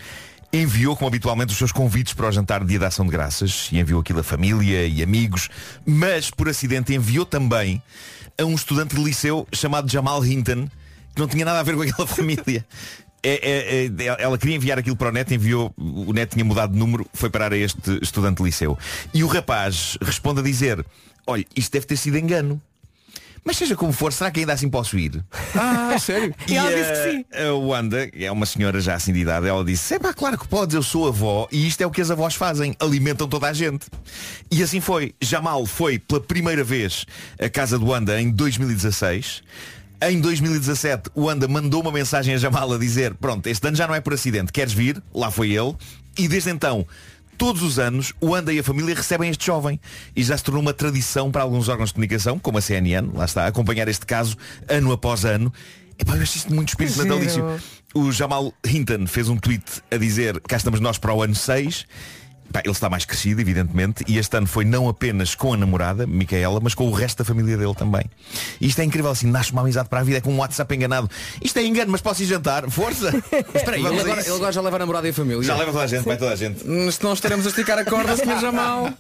enviou, como habitualmente, os seus convites para o jantar de Dia da Ação de Graças e enviou aquilo a família e amigos, mas por acidente enviou também a um estudante de liceu chamado Jamal Hinton que não tinha nada a ver com aquela (laughs) família. É, é, é, ela queria enviar aquilo para o net, enviou, o net tinha mudado de número, foi parar a este estudante de liceu. E o rapaz responde a dizer, olha, isto deve ter sido engano. Mas seja como for, será que ainda assim posso ir? Ah, (laughs) sério? E ela disse que sim. A Wanda, que é uma senhora já assim de idade, ela disse, é pá, claro que podes, eu sou avó e isto é o que as avós fazem, alimentam toda a gente. E assim foi. Jamal foi pela primeira vez à casa de Wanda em 2016. Em 2017, Wanda mandou uma mensagem a Jamal a dizer, pronto, este ano já não é por acidente, queres vir? Lá foi ele. E desde então, todos os anos, o Anda e a família recebem este jovem. E já se tornou uma tradição para alguns órgãos de comunicação, como a CNN, lá está, acompanhar este caso ano após ano. Epá, eu acho isto muito espírito Giro. natalício. O Jamal Hinton fez um tweet a dizer cá estamos nós para o ano 6. Pá, ele está mais crescido, evidentemente, e este ano foi não apenas com a namorada, Micaela, mas com o resto da família dele também. E isto é incrível, assim, nasce uma amizade para a vida, é com um WhatsApp enganado. Isto é engano, mas posso ir jantar, (laughs) força! Espera aí, Vamos ele a agora, isso. ele agora já leva a namorada e a família. Hum, Já leva toda a gente, vai toda a gente. Se não estaremos a esticar a corda, Sr. Jamal.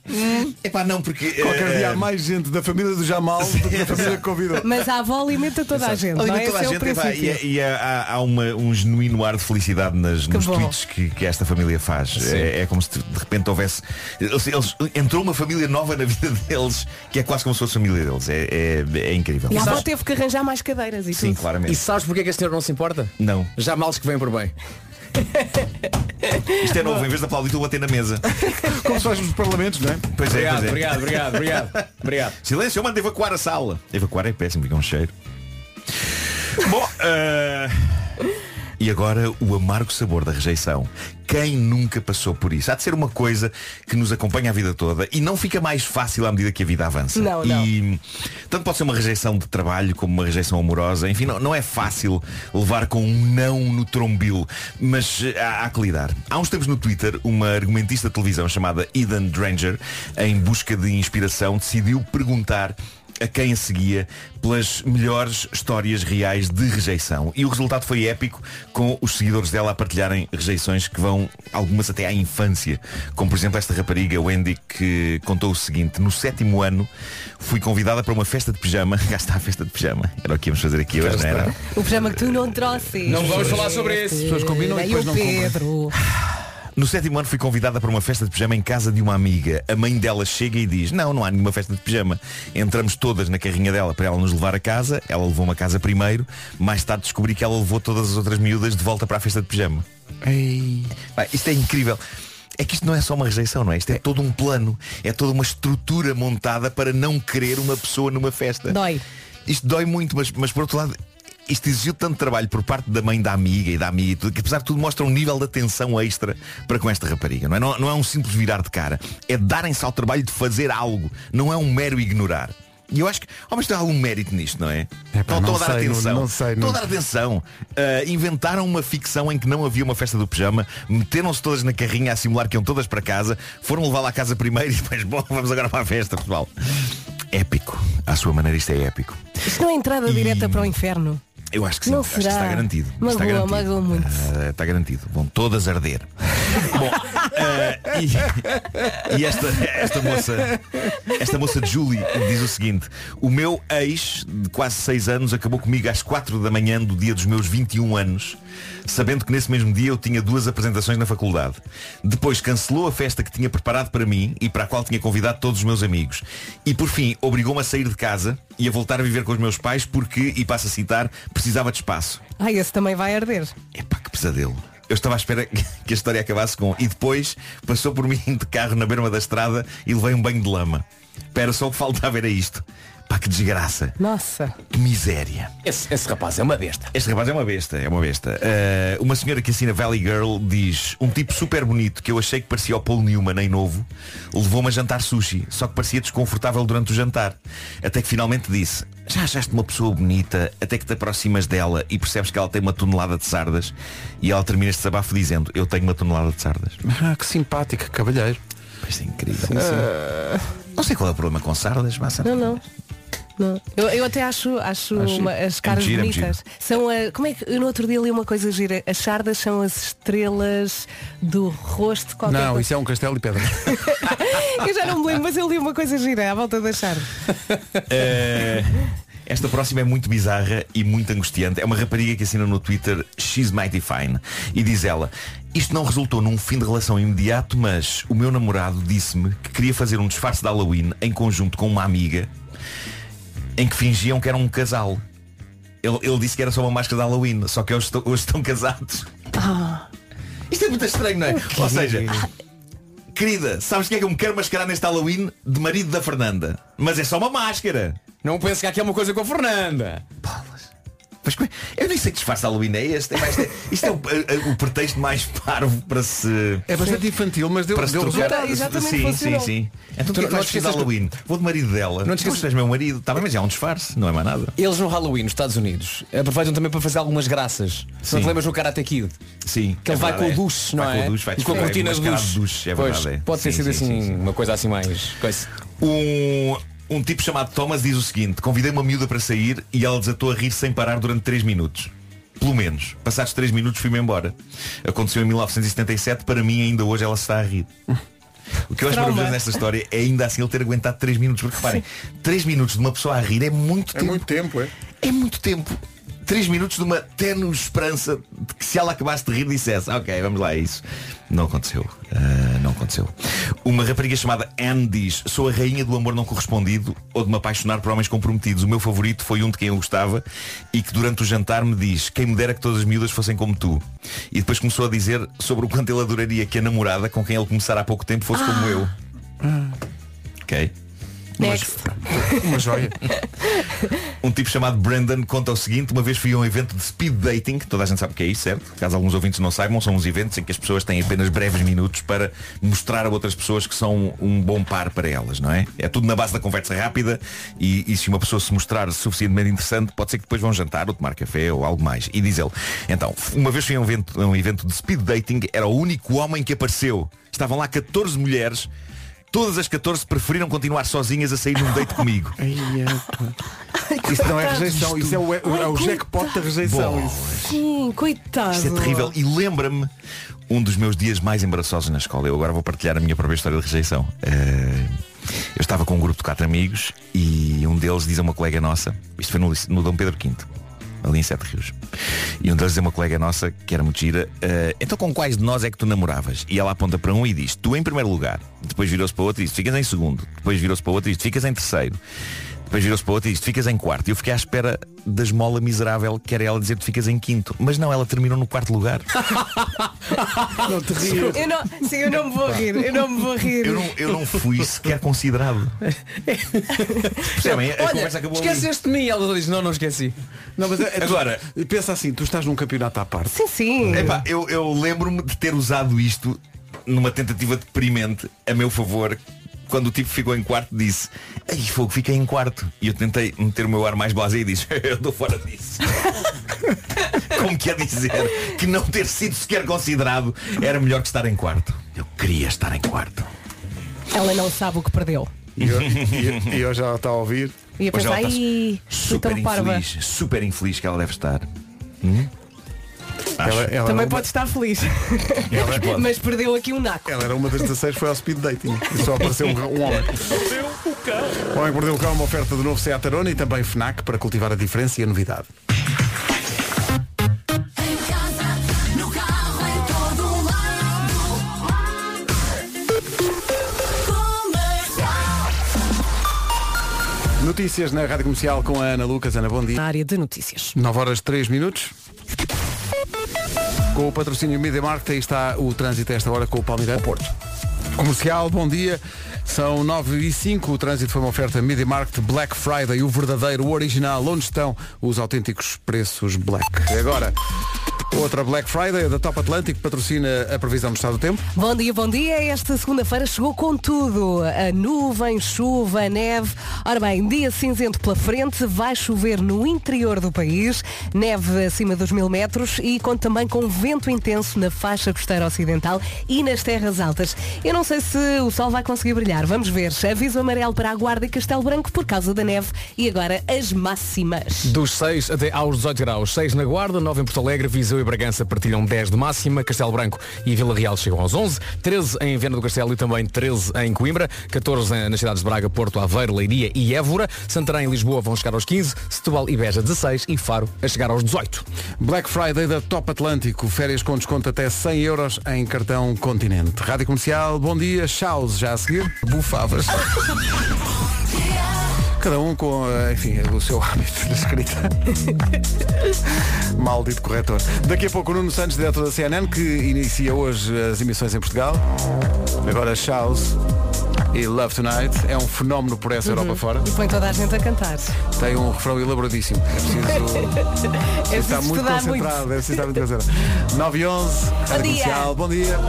Epá, não, porque. eh, Qualquer dia há mais gente da família do Jamal do que da família que convidou. Mas a avó alimenta toda a gente. não é? Alimenta toda a Esse é o gente, epá, princípio. e e há, há uma- um genuíno ar de felicidade nas, nos bom. tweets que, que esta família faz. É, é como se de repente houvesse. eles- eles- entrou uma família nova na vida (laughs) deles que é quase como se fosse a família deles. É, é- é incrível. E a avó teve que arranjar mais cadeiras e Sim, tudo. claramente. E sabes porque é que a senhora não se importa? Não. Já males que vêm por bem. Isto (laughs) é novo, em vez de aplaudir, tu bater na mesa. Como se faz nos parlamentos, não é? Pois é, pois é. Obrigado, obrigado, obrigado, obrigado. Silêncio, eu mando evacuar a sala. Evacuar é péssimo, fica um cheiro. Bom, eh, e agora o amargo sabor da rejeição. Quem nunca passou por isso? Há de ser uma coisa que nos acompanha a vida toda e não fica mais fácil à medida que a vida avança. Não, não. E tanto pode ser uma rejeição de trabalho como uma rejeição amorosa. Enfim, não, não é fácil levar com um não no trombilo, mas eh, há, há que lidar. Há uns tempos no Twitter, uma argumentista de televisão chamada Eden Dranger, em busca de inspiração, decidiu perguntar a quem a seguia pelas melhores histórias reais de rejeição. E o resultado foi épico, com os seguidores dela a partilharem rejeições que vão, algumas até à infância. Como por exemplo esta rapariga, Wendy, que contou o seguinte, no sétimo ano fui convidada para uma festa de pijama. (laughs) Cá está a festa de pijama. Era o que íamos fazer aqui hoje, não era? O pijama que tu não trouxe. Não vamos falar sobre isso. As pessoas combinam e depois o não cumprem. Pedro. No sétimo ano fui convidada para uma festa de pijama em casa de uma amiga. A mãe dela chega e diz, não, não há nenhuma festa de pijama. Entramos todas na carrinha dela para ela nos levar a casa. Ela levou-me a casa primeiro. Mais tarde descobri que ela levou todas as outras miúdas de volta para a festa de pijama. Pá, isto é incrível. É que isto não é só uma rejeição, não é? Isto é todo um plano. É toda uma estrutura montada para não querer uma pessoa numa festa. Dói. Isto dói muito, mas, mas por outro lado, isto exigiu tanto trabalho por parte da mãe da amiga e da amiga e tudo, que apesar de tudo mostra um nível de atenção extra para com esta rapariga. Não é, não, não é um simples virar de cara. É darem-se ao trabalho de fazer algo. Não é um mero ignorar. E eu acho que, oh, mas tem algum mérito nisto, não é? Epá, Estão não a dar sei, atenção. não- não sei, Estão a não- dar atenção. Ah, inventaram uma ficção em que não havia uma festa do pijama, meteram-se todas na carrinha a simular que iam todas para casa, foram levá-la à casa primeiro e depois, (laughs) bom, vamos agora para a festa, pessoal. Épico. À sua maneira isto é épico. Isto não é entrada direta para o inferno. Eu acho que sim, Não acho que será. está garantido. Magoa, está garantido. magoa muito. Ah, está garantido. Vão todas arder. (laughs) Bom, ah, e, e esta, esta moça, esta moça Julie diz o seguinte: o meu ex de quase 6 anos acabou comigo às 4 da manhã do dia dos meus 21 anos, sabendo que nesse mesmo dia eu tinha duas apresentações na faculdade. Depois cancelou a festa que tinha preparado para mim e para a qual tinha convidado todos os meus amigos. E por fim, obrigou-me a sair de casa e a voltar a viver com os meus pais porque, e passo a citar, precisava de espaço. Ah, esse também vai arder. Epá, que pesadelo. Eu estava à espera que a história acabasse com E depois passou por mim de carro na beira da estrada E levei um banho de lama Espera, só o que faltava era isto Pá, que desgraça, Nossa. que miséria Esse, esse rapaz é uma besta. este rapaz é uma besta, é uma besta. Eh, uma senhora que assina Valley Girl diz Um tipo super bonito que eu achei que parecia o Paul Newman nem novo Levou-me a jantar sushi Só que parecia desconfortável durante o jantar Até que finalmente disse Já achaste uma pessoa bonita Até que te aproximas dela E percebes que ela tem uma tonelada de sardas E ela termina este desabafo dizendo Eu tenho uma tonelada de sardas Ah, que simpático, que cavalheiro. Isto é incrível Não sei qual é o problema com sardas, massa Não, não. Não. Eu, eu até acho, acho, Acho uma- as caras giro, é bonitas. São a, como é que eu no outro dia li uma coisa gira? As sardas são as estrelas do rosto qualquer Não, coisa. isso é um castelo de pedra. Eu já não me lembro, mas eu li uma coisa gira à volta das sardas. Eh, Esta próxima é muito bizarra e muito angustiante. É uma rapariga que assina no Twitter She's Mighty Fine e diz ela Isto não resultou num fim de relação imediato, mas o meu namorado disse-me que queria fazer um disfarce de Halloween em conjunto com uma amiga em que fingiam que eram um casal. Ele, ele disse que era só uma máscara de Halloween, só que hoje, estão- hoje estão casados. Isto é muito estranho, não é? Ou seja, querida, sabes quem é que eu me quero mascarar neste Halloween? De marido da Fernanda. Mas é só uma máscara. Não penso que há aqui alguma coisa com a Fernanda. Mas como é- eu nem sei que disfarce de Halloween é este. É mais- é- isto é o, é o pretexto mais parvo para se. É bastante infantil, mas deu, para se deu trocar. resultado. exatamente, sim, sim, funcionou. sim. Então Tu tu não- que vais não te fazer esqueças que- Halloween? Vou de marido dela. Não te esqueças- esqueças, és meu marido. Está bem, mas é um disfarce, não é mais nada. Eles no Halloween, nos Estados Unidos, aproveitam também para fazer algumas graças. Se não te Sim. lembras do Karate Kid, Sim. é que ele vai com o duche, não Vai é? com o duche, vai e com a disfarçar, cortina de mascarado duche. de duche, é Pois, verdade, é. pode ter Sim, sido sim, assim, sim, sim. uma coisa assim mais. coisa. Um, um tipo chamado Thomas diz o seguinte Convidei uma miúda para sair e ela desatou a rir sem parar durante 3 minutos Pelo menos Passados 3 minutos fui-me embora Aconteceu em 1977 Para mim ainda hoje ela se está a rir O que eu acho maravilhoso nesta história É ainda assim ele ter aguentado 3 minutos Porque reparem, 3 minutos de uma pessoa a rir é muito É tempo muito tempo, é? É muito tempo 3 minutos de uma tenue esperança de que se ela acabasse de rir dissesse Ok, vamos lá, é isso Não aconteceu, Ah, não aconteceu Uma rapariga chamada Anne diz Sou a rainha do amor não correspondido Ou de me apaixonar por homens comprometidos O meu favorito foi um de quem eu gostava E que durante o jantar me diz Quem me dera que todas as miúdas fossem como tu E depois começou a dizer sobre o quanto ele adoraria Que a namorada com quem ele começara há pouco tempo fosse como eu Ok Next. Uma joia. Um tipo chamado Brandon conta o seguinte Uma vez fui a um evento de speed dating que Toda a gente sabe o que é isso, certo? Caso alguns ouvintes não saibam São uns eventos em que as pessoas têm apenas breves minutos Para mostrar a outras pessoas que são um bom par para elas, não é? É tudo na base da conversa rápida E, e se uma pessoa se mostrar suficientemente interessante Pode ser que depois vão jantar ou tomar café ou algo mais E diz ele Então, uma vez fui a um evento, a um evento de speed dating Era o único homem que apareceu Estavam lá 14 mulheres Todas as 14 preferiram continuar sozinhas a sair num date comigo Isso não é rejeição, isso é o, é o jackpot da rejeição. Bom, isso. Sim, coitado. Isto é terrível. E lembra-me um dos meus dias mais embaraçosos na escola. Eu agora vou partilhar a minha própria história de rejeição. Eh, eu estava com um grupo de quatro amigos e um deles diz a uma colega nossa, isto foi no, lice- no Dom Pedro V, ali em Sete Rios, e um deles diz a uma colega nossa, que era muito gira, eh, então com quais de nós é que tu namoravas? E ela aponta para um e diz, tu em primeiro lugar. Depois virou-se para outro e diz, ficas em segundo. Depois virou-se para outro e diz, ficas em terceiro. Depois virou-se para outro e disse, ficas em quarto. E eu fiquei à espera da esmola miserável que era ela dizer, tu ficas em quinto. Mas não, ela terminou no quarto lugar. Eu não, sim, eu não me vou rir, eu não me vou rir. Eu não, eu não fui sequer considerado. Percebem? A, a Olha, conversa acabou ali. esqueceste de mim? Ela diz, não, não esqueci. Não, mas é- é- Agora- pensa assim, tu estás num campeonato à parte. Sim, sim. Epá, eu, eu lembro-me de ter usado isto numa tentativa deprimente a meu favor. Quando o tipo ficou em quarto disse Ei fogo, fiquei em quarto E eu tentei meter o meu ar mais blasé e disse (laughs) Eu estou fora disso (laughs) Como quer dizer que não ter sido sequer considerado Era melhor que estar em quarto Eu queria estar em quarto Ela não sabe o que perdeu. E eu, e eu- e eu já está a ouvir. E a Pois pensar, ela está ai, fui Super tão parva. infeliz Super infeliz que ela deve estar Hum? Ela, ela Também era uma, pode estar feliz. (laughs) é- Mas perdeu aqui um naco. ela era uma das 16, foi ao speed dating. E só apareceu um, um homem. O homem que perdeu o cão é uma oferta de novo Seat Arona e também FNAC para cultivar a diferença e a novidade. Notícias na Rádio Comercial com a Ana Lucas. Ana, bom dia. Na área de notícias. 9 horas 3 minutos. Com o patrocínio Media Market, aí está o trânsito a esta hora com o Palmeiras. Porto. Comercial, bom dia. São 9 e 5 o trânsito foi uma oferta Media Market Black Friday, o verdadeiro, o original, onde estão os autênticos preços black. E Agora, outra Black Friday da Top Atlântico, patrocina a previsão do estado do tempo. Bom dia, bom dia. Esta segunda-feira chegou com tudo. A nuvem, chuva, neve. Ora bem, dia cinzento pela frente, vai chover no interior do país, neve acima dos mil metros e conta também com vento intenso na faixa costeira ocidental e nas terras altas. Eu não sei se o sol vai conseguir brilhar, vamos ver. Aviso amarelo para a Guarda e Castelo Branco por causa da neve e agora as máximas. Dos 6 até aos 18 graus. 6 na Guarda, 9 em Porto Alegre, Viseu e Bragança partilham 10 de máxima, Castelo Branco e Vila Real chegam aos 11, 13 em Viana do Castelo e também 13 em Coimbra, 14 em- nas cidades de Braga, Porto, Aveiro, Leiria e Évora, Santarém e Lisboa vão chegar aos 15, Setúbal e Beja 16 e Faro a chegar aos 18. Black Friday da Top Atlântico, férias com desconto até 100 euros em cartão Continente. Rádio Comercial, bom dia, Chaus, já a seguir, bufavas. Cada um com, eh, enfim, o seu hábito de escrita. (laughs) Maldito corretor. Daqui a pouco o Nuno Santos, diretor da CNN, que inicia hoje as emissões em Portugal. Agora Shouse e Love Tonight. É um fenómeno por essa Europa fora. E põe toda a gente a cantar. Tem um refrão elaboradíssimo. É (laughs) preciso... É Está preciso muito estudar muito. concentrado, deve estar muito concentrado. (laughs) 9 e 11, Rádio dia. Comercial, bom dia.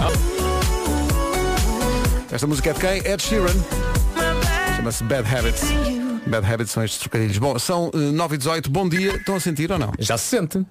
Esta música é de quem? Ed Sheeran. Chama-se Bad Habits. Bad Habits são estes trocadilhos. Bom, são 9 e 18, bom dia. Estão a sentir ou não? Já se sente.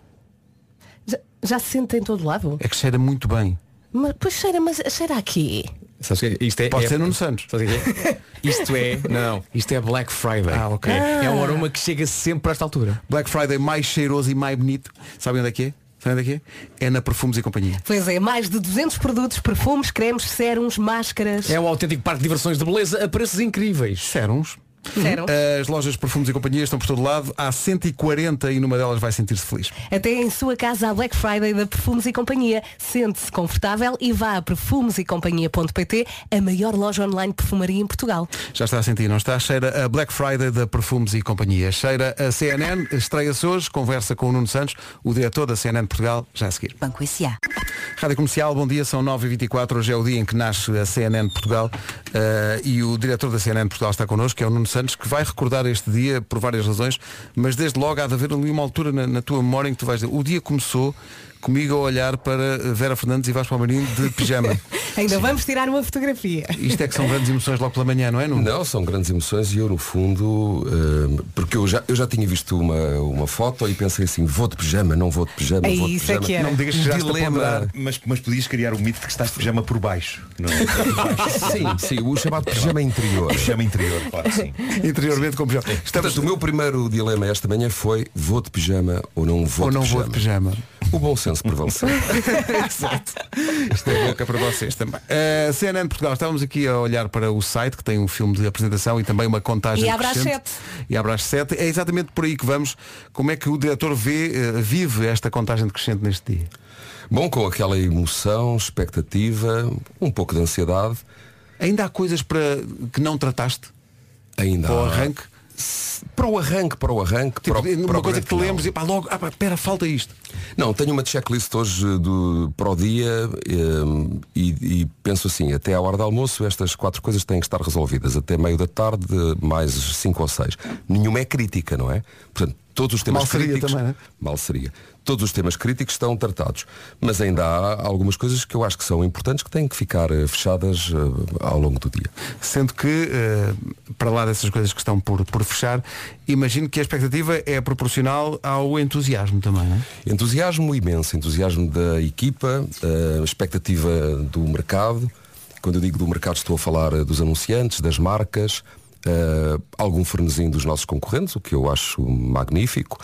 Já, já se sente em todo lado? É que cheira muito bem. Mas, pois cheira, mas cheira aqui. Sabes o que é? Isto é, Pode é- ser Nuno Santos. Sabe o que é? (laughs) Isto é. Não, isto é Black Friday. Ah, ok. É, é um aroma que chega sempre a esta altura. Black Friday mais cheiroso e mais bonito. Sabem onde é que é? Sabem onde é que é? É na Perfumes e Companhia. Pois é, mais de 200 produtos, perfumes, cremes, sérums, máscaras. É um autêntico parque de diversões de beleza a preços incríveis. um Sérums. Sérums. As lojas de perfumes e companhia estão por todo lado. Há 140 e numa delas vai sentir-se feliz. Até em sua casa a Black Friday da Perfumes e Companhia. Sente-se confortável e vá a perfumesecompanhia.pt, a maior loja online de perfumaria em Portugal. Já está a sentir, não está? Cheira a Black Friday da Perfumes e Companhia. Cheira a CNN, estreia-se hoje, conversa com o Nuno Santos, o diretor da CNN de Portugal, já a seguir. Banco S.A. Rádio Comercial, bom dia, são 9h24, hoje é o dia em que nasce a CNN de Portugal eh, e o diretor da CNN de Portugal está connosco, que é o Nuno Santos, que vai recordar este dia por várias razões, mas desde logo há de haver ali uma altura na, na tua memória em que tu vais dizer, o dia começou comigo a olhar para Vera Fernandes e Vasco Palmeirinho de pijama. Ainda vamos tirar uma fotografia. Isto é que são grandes emoções logo pela manhã, não é, Nuno? Não, são grandes emoções e eu no fundo, eh, porque eu já, eu já tinha visto uma, uma foto e pensei assim, vou de pijama, não vou de pijama, É vou de isso é pijama. que era. Não me digas que já está a ponderar. Mas, mas podias criar o mito de que estás de pijama por baixo. Não é? Sim, sim, o chamado pijama interior. É. Pijama interior, claro que sim. Interiormente como pijama. Estamos... Portanto, o meu primeiro dilema esta manhã foi vou de pijama ou não vou Ou de não pijama. vou de pijama. (laughs) O bom senso prevaleceu. Exato. Isto é boca para vocês também. Uh, CNN de Portugal, estávamos aqui a olhar para o site, que tem um filme de apresentação e também uma contagem E abre às crescente. E abre às 7. É exatamente por aí que vamos. Como é que o diretor vê, uh, vive esta contagem decrescente neste dia? bom, com aquela emoção, expectativa, um pouco de ansiedade, Ainda há coisas para que não trataste ainda para o há- arranque? Ah, Para o arranque, para o arranque, Tipo, para, o- para uma o coisa grande que te final. lembres e pá, logo, ah, pá, espera, falta isto. Não, tenho uma checklist hoje eh, do, para o dia eh, e, e penso assim, até à hora do almoço estas quatro coisas têm que estar resolvidas, até meio da tarde mais cinco ou seis. Nenhuma é crítica, não é? Portanto, todos os temas Mal seria críticos. também, não é? Mal seria. Todos os temas críticos estão tratados. Mas ainda há algumas coisas que eu acho que são importantes que têm que ficar eh, fechadas eh, ao longo do dia. Sendo que, eh, para lá dessas coisas que estão por, por fechar, imagino que a expectativa é proporcional ao entusiasmo também, não é? Entusiasmo imenso, entusiasmo da equipa, eh, expectativa do mercado. Quando eu digo do mercado estou a falar eh, dos anunciantes, das marcas, eh, algum fornezinho dos nossos concorrentes, o que eu acho magnífico.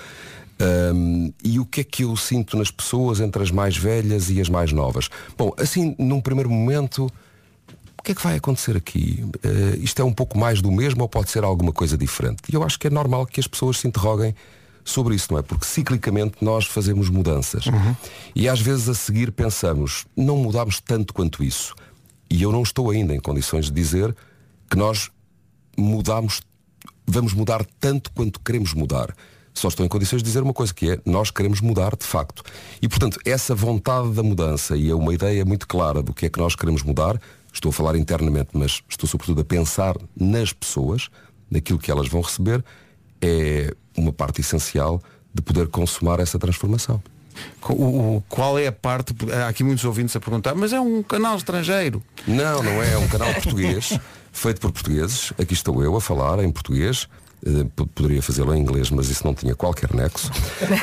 Ahm, e o que é que eu sinto nas pessoas entre as mais velhas e as mais novas? Bom, assim, num primeiro momento, o que é que vai acontecer aqui? Eh, isto é um pouco mais do mesmo ou pode ser alguma coisa diferente? E eu acho que é normal que as pessoas se interroguem sobre isso, não é? Porque ciclicamente nós fazemos mudanças. E às vezes a seguir pensamos, não mudámos tanto quanto isso. E eu não estou ainda em condições de dizer que nós mudámos, vamos mudar tanto quanto queremos mudar. Só estou em condições de dizer uma coisa que é, nós queremos mudar de facto. E portanto, essa vontade da mudança e é uma ideia muito clara do que é que nós queremos mudar, estou a falar internamente, mas estou sobretudo a pensar nas pessoas, naquilo que elas vão receber, é uma parte essencial de poder consumar essa transformação. Co- o- o- qual é a parte, porque há aqui muitos ouvintes a perguntar, mas é um canal estrangeiro. Não, não é. É um canal português, feito por portugueses. Aqui estou eu a falar em português. Eh, po- Poderia fazê-lo em inglês, mas isso não tinha qualquer nexo.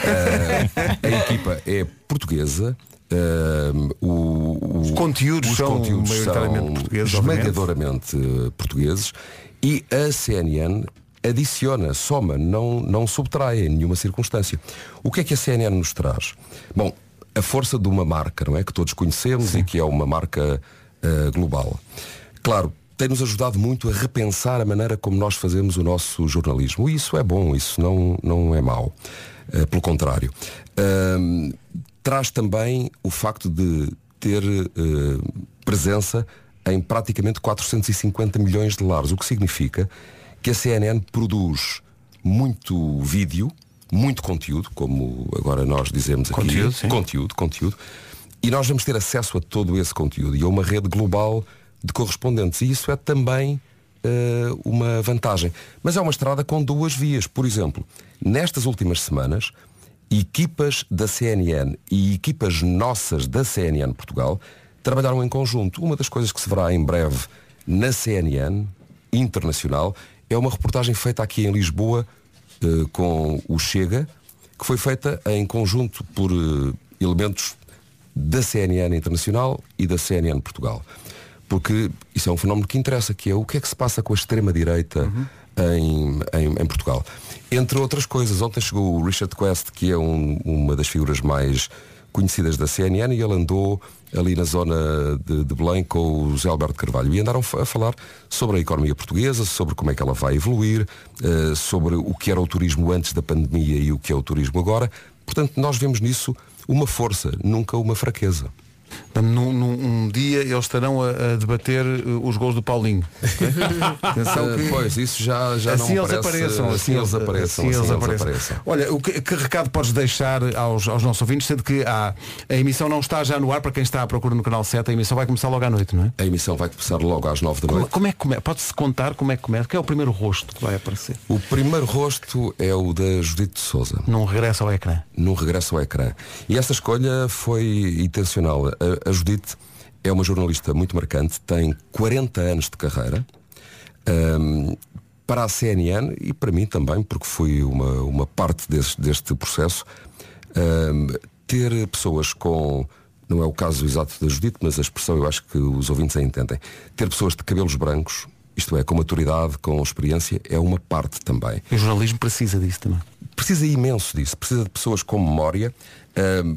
Eh, a equipa é portuguesa. eh, o- o- os conteúdos são maioritariamente portugueses, obviamente. esmagadoramente eh, portugueses. E a CNN adiciona, soma, não, não subtrai em nenhuma circunstância. O que é que a CNN nos traz? Bom, a força de uma marca, não é? Que todos conhecemos e que é uma marca eh, global. Claro, tem-nos ajudado muito a repensar a maneira como nós fazemos o nosso jornalismo. E isso é bom, isso não, não é mau. Eh, pelo contrário. Ahm, traz também o facto de ter eh, presença em praticamente 450 milhões de lares, o que significa que a CNN produz muito vídeo, muito conteúdo, como agora nós dizemos aqui. Conteúdo, sim. conteúdo, conteúdo. E nós vamos ter acesso a todo esse conteúdo e a uma rede global de correspondentes. E isso é também eh, uma vantagem. Mas é uma estrada com duas vias. Por exemplo, nestas últimas semanas, equipas da CNN e equipas nossas da CNN Portugal trabalharam em conjunto. Uma das coisas que se verá em breve na CNN internacional é uma reportagem feita aqui em Lisboa eh, com o Chega, que foi feita em conjunto por eh, elementos da CNN Internacional e da CNN Portugal. Porque isso é um fenómeno que interessa, que é o que é que se passa com a extrema-direita em, em- em Portugal. Entre outras coisas, ontem chegou o Richard Quest, que é um- uma das figuras mais conhecidas da CNN, e ele andou ali na zona de, de Belém com o Zé Alberto Carvalho. E andaram fa- a falar sobre a economia portuguesa, sobre como é que ela vai evoluir, eh, sobre o que era o turismo antes da pandemia e o que é o turismo agora. Portanto, nós vemos nisso uma força, nunca uma fraqueza. Num, num- um dia eles estarão a, a debater uh, os gols (laughs) do Paulinho. Atenção que- Eh, Pois, isso já, já assim não eles aparece, apareçam, Assim eles apareçam. assim eles apareçam. Olha, o que, que recado podes deixar aos, aos nossos ouvintes, sendo que há- a emissão não está já no ar, para quem está à procura no canal 7, a emissão vai começar logo à noite, não é? A emissão vai começar logo às 9 da noite. Como, como é que começa? Pode-se contar como é que começa? Que é o primeiro rosto que vai aparecer. O primeiro rosto é o da Judite de Souza. Num regresso ao ecrã. Num regresso ao ecrã. E essa escolha foi intencional. A, a Judite é uma jornalista muito marcante, tem 40 anos de carreira. Ahm, para a CNN e para mim também, porque fui uma, uma parte desse- deste processo, ahm, ter pessoas com, não é o caso exato da Judite, mas a expressão eu acho que os ouvintes a entendem, ter pessoas de cabelos brancos, isto é, com maturidade, com experiência, é uma parte também O jornalismo precisa disso também. precisa imenso disso, precisa de pessoas com memória hum,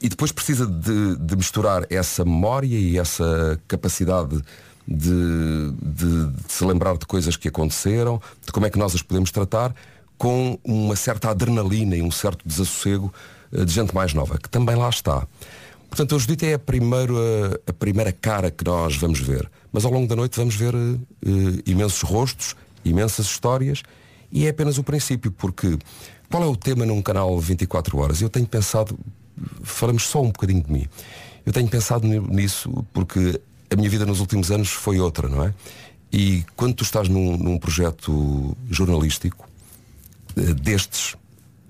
e depois precisa de, de misturar essa memória e essa capacidade de, de- de se lembrar de coisas que aconteceram, de como é que nós as podemos tratar, com uma certa adrenalina e um certo desassossego eh, de gente mais nova, que também lá está. Portanto, a Judite é a primeira, a primeira cara que nós vamos ver. Mas ao longo da noite vamos ver eh, eh, imensos rostos, imensas histórias e é apenas o princípio, porque qual é o tema num canal 24 horas? Eu tenho pensado, falamos só um bocadinho de mim, eu tenho pensado ni- nisso porque a minha vida nos últimos anos foi outra, não é? E quando tu estás num, num projeto jornalístico eh, destes,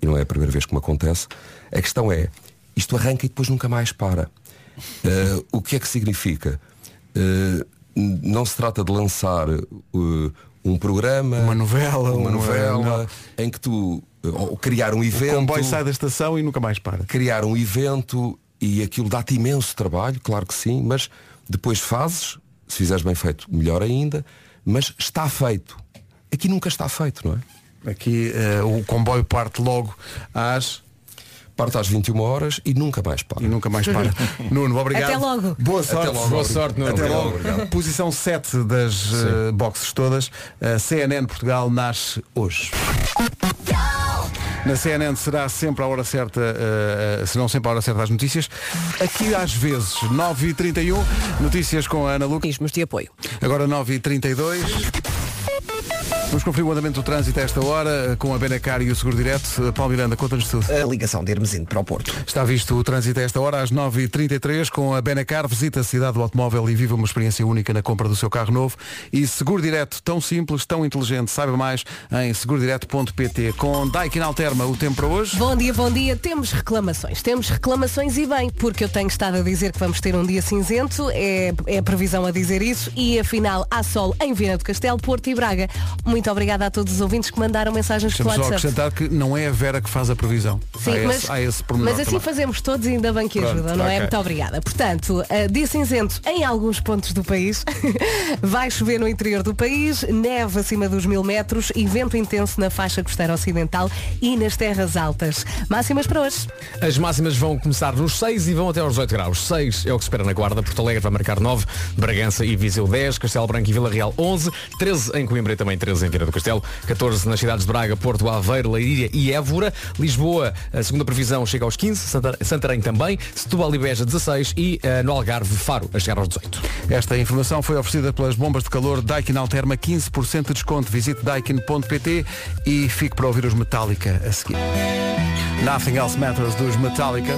e não é a primeira vez que me acontece, a questão é, isto arranca e depois nunca mais para. Eh, o que é que significa? Eh, n- não se trata de lançar eh, um programa, uma novela, uma um- novela em que tu eh, ou criar um evento, O comboio sai da estação e nunca mais para. criar um evento e aquilo dá-te imenso trabalho, claro que sim, mas depois fazes, se fizeres bem feito, melhor ainda, mas está feito. Aqui nunca está feito, não é? Aqui o comboio parte logo às parte às 21 horas e nunca mais para. E nunca (laughs) mais para. Nuno, obrigado. Até logo. Boa Até sorte. logo. Boa sorte, Nuno. Até Obrigado, logo. obrigado. Posição 7 das eh, boxes todas. A CNN Portugal nasce hoje. Na CNN será sempre à hora certa, eh, eh, se não sempre à hora certa, as notícias. Aqui às vezes, 9h31, notícias com a Ana Lucas. de apoio. Agora 9h32. Vamos conferir o andamento do trânsito a esta hora com a Benacar e o Seguro Direto. Paulo Miranda, conta-nos tudo. A ligação de Hermesino para o Porto. Está visto o trânsito a esta hora, às 9h33, com a Benacar. Visita a cidade do automóvel e viva uma experiência única na compra do seu carro novo. E Seguro Direto, tão simples, tão inteligente. Saiba mais em segurodireto.pt. Com Daikin Alterma, o tempo para hoje. Bom dia, bom dia. Temos reclamações. Temos reclamações e bem, porque eu tenho estado a dizer que vamos ter um dia cinzento, é, é a previsão a dizer isso, e afinal há sol em Viana do Castelo, Porto e Braga. Muito obrigada a todos os ouvintes que mandaram mensagens pelo Deixa-me só WhatsApp. acrescentar que não é a Vera que faz a previsão. Sim, há, mas, esse, há esse pormenor mas assim também. fazemos todos e ainda bem que Pronto, ajuda, não é? ok. Muito obrigada. Portanto, uh, dia cinzento em alguns pontos do país. (laughs) Vai chover no interior do país, neve acima dos mil metros e vento intenso na faixa costeira ocidental e nas terras altas. Máximas para hoje. As máximas vão começar nos 6 e vão até aos 8 graus. 6 é o que se espera na guarda. Porto Alegre vai marcar 9, Bragança e Viseu 10, Castelo Branco e Vila Real 11, 13 em Coimbra e também 13 em Viana do Castelo, 14 nas cidades de Braga, Porto, Aveiro, Leiria e Évora. Lisboa, a segunda previsão, chega aos 15, Santa- Santarém também, Setúbal e Beja 16 e eh, no Algarve, Faro, a chegar aos 18. Esta informação foi oferecida pelas bombas de calor Daikin Alterma, 15% de desconto. Visite daikin.pt e fique para ouvir os Metallica a seguir. Nothing Else Matters dos Metallica.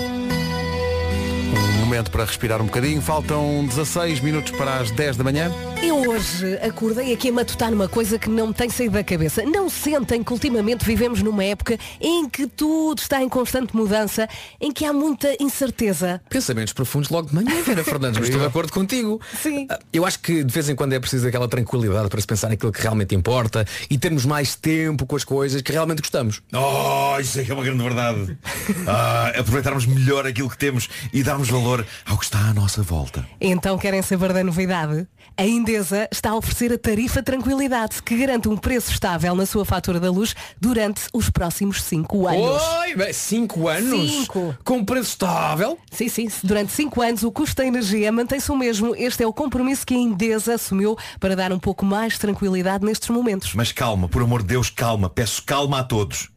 Um momento para respirar um bocadinho. Faltam 16 minutos para as 10 da manhã. Eu hoje acordei aqui a matutar numa coisa que não me tem saído da cabeça. Não sentem que ultimamente vivemos numa época em que tudo está em constante mudança, em que há muita incerteza. Pensamentos profundos logo de manhã, Vera Fernandes, mas estou de acordo contigo. Ah, Sim. Eu acho que de vez em quando é preciso aquela tranquilidade para se pensar naquilo que realmente importa e termos mais tempo com as coisas que realmente gostamos. Oh, isso é que é uma grande (laughs) verdade. Ah, aproveitarmos melhor aquilo que temos e darmos valor ao que está à nossa volta. Então querem saber da novidade? A Endesa está a oferecer a tarifa tranquilidade, que garante um preço estável na sua fatura da luz durante os próximos 5 anos. Oh! Oi, bem, cinco anos? Cinco. Com preço estável? Sim, sim. Durante cinco anos o custo da energia mantém-se o mesmo. Este é o compromisso que a Endesa assumiu para dar um pouco mais de tranquilidade nestes momentos. Mas calma, por amor de Deus, calma. Peço calma a todos.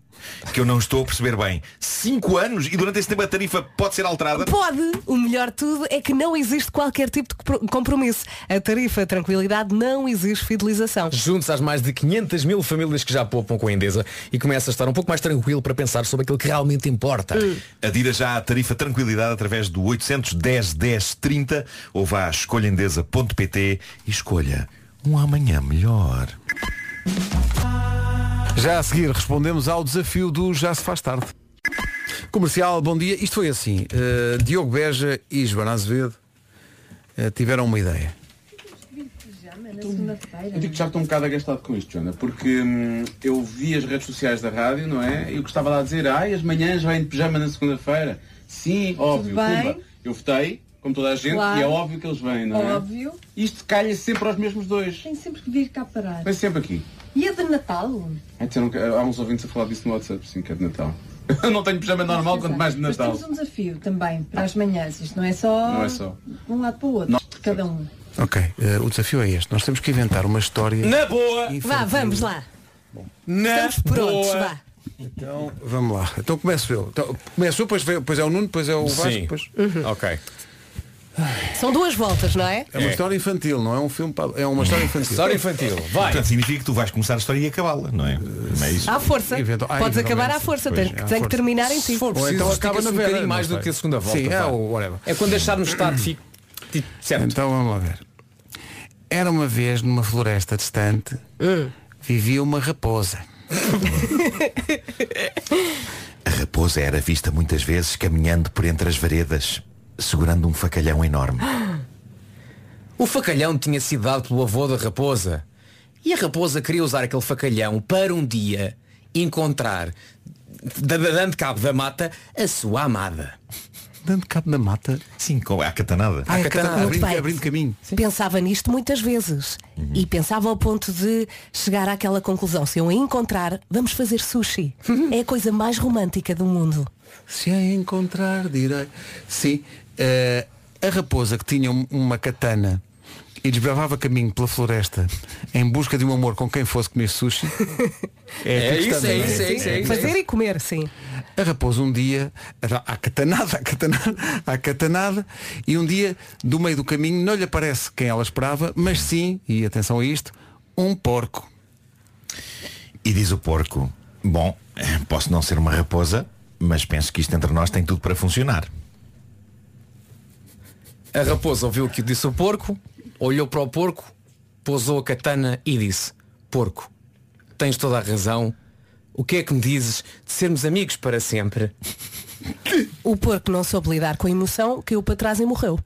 Que eu não estou a perceber bem. Cinco anos e durante esse tempo a tarifa pode ser alterada? Pode! O melhor de tudo é que não existe qualquer tipo de compro- compromisso. A tarifa tranquilidade não exige fidelização. Juntos às mais de 500 mil famílias que já poupam com a Endesa e começa a estar um pouco mais tranquilo para pensar sobre aquilo que realmente importa. Adira já à tarifa tranquilidade através do 810 10 30 ou vá a escolhendesa.pt e escolha um amanhã melhor. Já a seguir respondemos ao desafio do Já se faz tarde. Comercial, bom dia. Isto foi assim. eh, Diogo Beja e Joana Azevedo eh, tiveram uma ideia. Eu digo que já estou um bocado agastado com isto, Joana, porque hum, eu vi as redes sociais da rádio, não é? E o que estava lá a dizer, ai, as manhãs vai de pijama na segunda-feira. Sim, óbvio, bem. pumba. Eu votei, como toda a gente, Claro. e é óbvio que eles vêm, não é? Óbvio. Isto calha sempre aos mesmos dois. Tem sempre que vir cá parar. Vem sempre aqui. E a de Natal? Ai, disseram É que- há uns ouvintes a falar disso no WhatsApp, sim, que é de Natal. (laughs) Eu não tenho pijama normal, quanto mais de Mas Natal. temos um desafio também para as manhãs. Isto não é só, Não é só. um lado para o outro. Cada um. Ok, eh, o desafio é este. Nós temos que inventar uma história. boa! Vá, vamos lá. Na Estamos prontos, boa. vá. Então, vamos lá. Então começo eu. Então, começo eu, depois, vem- depois é o Nuno, depois é o Vasco. Sim. Depois... Ok. São duas voltas, não é? É uma história infantil, não é um filme. para- É uma história infantil. Portanto, significa que tu vais começar a história e acabá-la, não é? É isso. À força. Eventu- ah, Podes acabar eventualmente. é assim. à força. Pois, é, Tem, à tem força. que terminar em si. Se for preciso, então acaba na estica-se um Vera, bocadinho não mais sei. do que a segunda volta. Sim, é pá. o whatever. É quando deixar no estado fica. tipo, Então vamos lá ver. Era uma vez numa floresta distante, Hum. vivia uma raposa. A raposa era vista muitas vezes caminhando por entre as varedas, segurando um facalhão enorme. O facalhão É tinha sido dado pelo avô da raposa. E a raposa queria usar aquele facalhão para um dia encontrar, da- da- dando cabo da mata, a sua amada. Dando cabo da mata? Sim, com a catanada. Ah, é catanada. Muito bem. caminho. Pensava nisto muitas vezes. E pensava ao ponto de chegar àquela conclusão. Se eu a encontrar, vamos fazer sushi. Uhum. É a coisa mais romântica do mundo. Se a encontrar, direi. Sim, eh, a raposa que tinha um- uma katana e desbravava caminho pela floresta em busca de um amor com quem fosse comer sushi. É aqui que isso, estamos, é não isso, é isso, é isso. Fazer e comer, sim. A raposa um dia, à catanada, à catanada, à catanada, e um dia, do meio do caminho, não lhe aparece quem ela esperava, mas sim, e atenção a isto, um porco. E diz o porco, bom, posso não ser uma raposa, mas penso que isto entre nós tem tudo para funcionar. A raposa ouviu o que disse o porco, olhou para o porco, pousou a katana e disse, porco, tens toda a razão. O que é que me dizes de sermos amigos para sempre? O porco não soube lidar com a emoção, caiu para trás e morreu.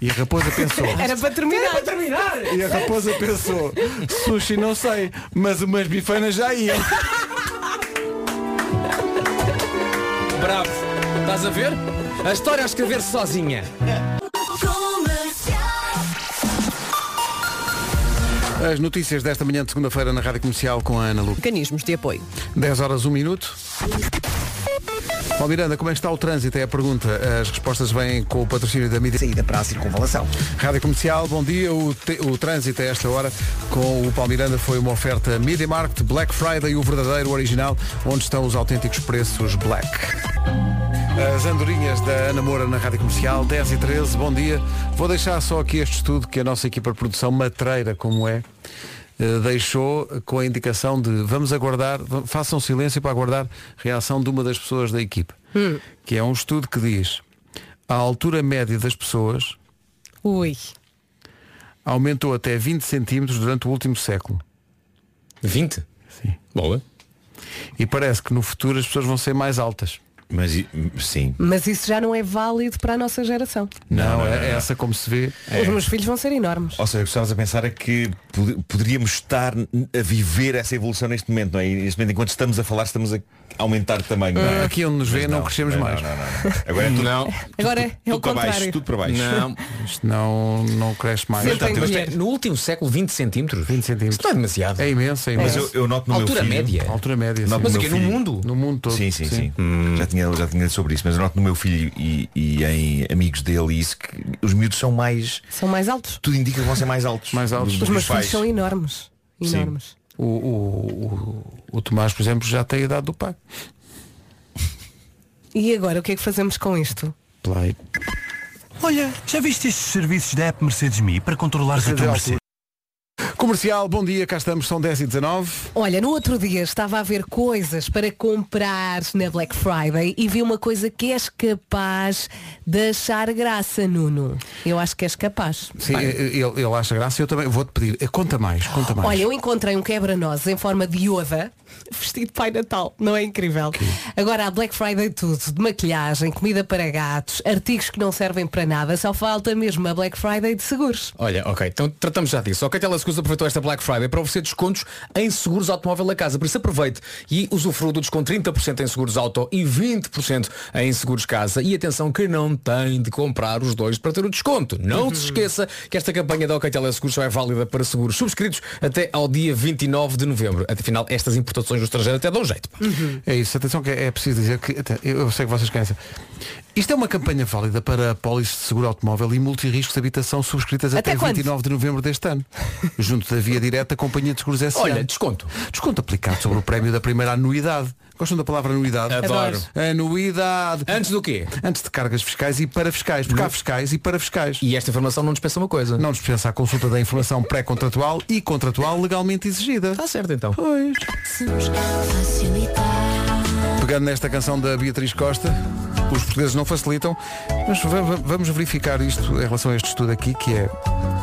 E a raposa pensou. Era para terminar. Era para terminar. E a raposa pensou, sushi não sei, mas umas bifanas já iam. Bravo. Estás a ver? A história a escrever sozinha. As notícias desta manhã de segunda-feira na Rádio Comercial com a Ana Lu. Mecanismos de apoio. 10 horas, 1 minuto. um Ó Miranda, como é que está o trânsito? É a pergunta. As respostas vêm com o patrocínio da mídia. Saída para a circunvalação. Rádio Comercial, bom dia. O, te- o trânsito a esta hora com o Palmiranda foi uma oferta Media Market, Black Friday, o verdadeiro original, onde estão os autênticos preços Black. As andorinhas da Ana Moura na Rádio Comercial, 10 e 13, bom dia. Vou deixar só aqui este estudo que a nossa equipa de produção, matreira como é, eh, deixou com a indicação de vamos aguardar, v- façam silêncio para aguardar reação de uma das pessoas da equipa. Que é um estudo que diz, a altura média das pessoas Ui. aumentou até 20 centímetros durante o último século. 20? Sim. Boa. E parece que no futuro as pessoas vão ser mais altas. Mas i- sim. Mas isso já não é válido para a nossa geração. Não, é, é essa como se vê. Os meus filhos vão ser enormes. Ou seja, o que estavas a pensar é que pod- poderíamos estar n- a viver essa evolução neste momento, não é? E neste momento, enquanto estamos a falar, estamos a aumentar de tamanho. não é? Hum, Aqui onde nos vê Mas não, crescemos não, mais. Não, não, não. (laughs) Agora é tudo, Agora é o tudo para contrário. baixo, tudo para baixo. Não. Isto não, não cresce mais. Mas, portanto, mas tem- É, no último século, 20 centímetros. 20 centímetros. Isto não é demasiado. É imenso, é imenso. Mas eu- eu noto no meu Altura filho- média. Altura média. sim. Noto Mas no o quê? meu No filho- mundo? No mundo todo. Sim, sim, sim. Hum. sim. Já, tinha, já tinha sobre isso, mas eu noto no meu filho e, e em amigos dele isso que os miúdos são mais. São mais altos. Tudo indica que vão ser mais altos. Mais altos. Dos, Os dos meus filhos pais. são enormes. Sim. Enormes. O, o, o, o Tomás, por exemplo, já tem a idade do pai. E agora, o que é que fazemos com isto? Play. Olha, já viste estes serviços da app Mercedes Me para controlar o teu Mercedes? é Comercial, bom dia, cá estamos, são 10 e 19. Olha, no outro dia estava a ver coisas para comprar na Black Friday e vi uma coisa que és capaz de achar graça, Nuno. Eu acho que és capaz. Sim, ele, ele acha graça e eu também vou-te pedir. Eh, Conta mais, conta mais. Olha, eu encontrei um quebra-nozes em forma de Yoda (laughs) vestido de Pai Natal. Não é incrível? Agora há Black Friday tudo, de maquilhagem, comida para gatos, artigos que não servem para nada, só falta mesmo a Black Friday de seguros. Olha, ok, então tratamos já disso. Ok, Teleseguro aproveitou esta Black Friday para oferecer descontos em seguros automóvel a casa. Por isso aproveite e usufrua do desconto 30% em seguros auto e 20% em seguros casa. E atenção que não tem de comprar os dois para ter o desconto. Não se esqueça que esta campanha da OK Teleseguros só é válida para seguros subscritos até ao dia 29 de novembro. Afinal, estas importações do estrangeiro até dão jeito. pá. É isso, atenção que é é preciso dizer que até- eu sei que vocês conhecem. Isto é uma campanha válida para apólices de seguro automóvel e multirriscos de habitação subscritas até, Até quando? 29 de novembro deste ano, junto da Via Direta Companhia de Seguros S.A. Olha, desconto. Desconto aplicado sobre o prémio da primeira anuidade. Gostam da palavra anuidade? Adoro. Anuidade. Antes do quê? Antes de cargas fiscais e para fiscais, porque há fiscais e para fiscais. E esta informação não dispensa uma coisa. Não dispensa a consulta da informação pré-contratual e contratual legalmente exigida. Está certo então. Pois. Pegando nesta canção da Beatriz Costa, os portugueses não facilitam, mas va- va- vamos verificar isto em relação a este estudo aqui, que é,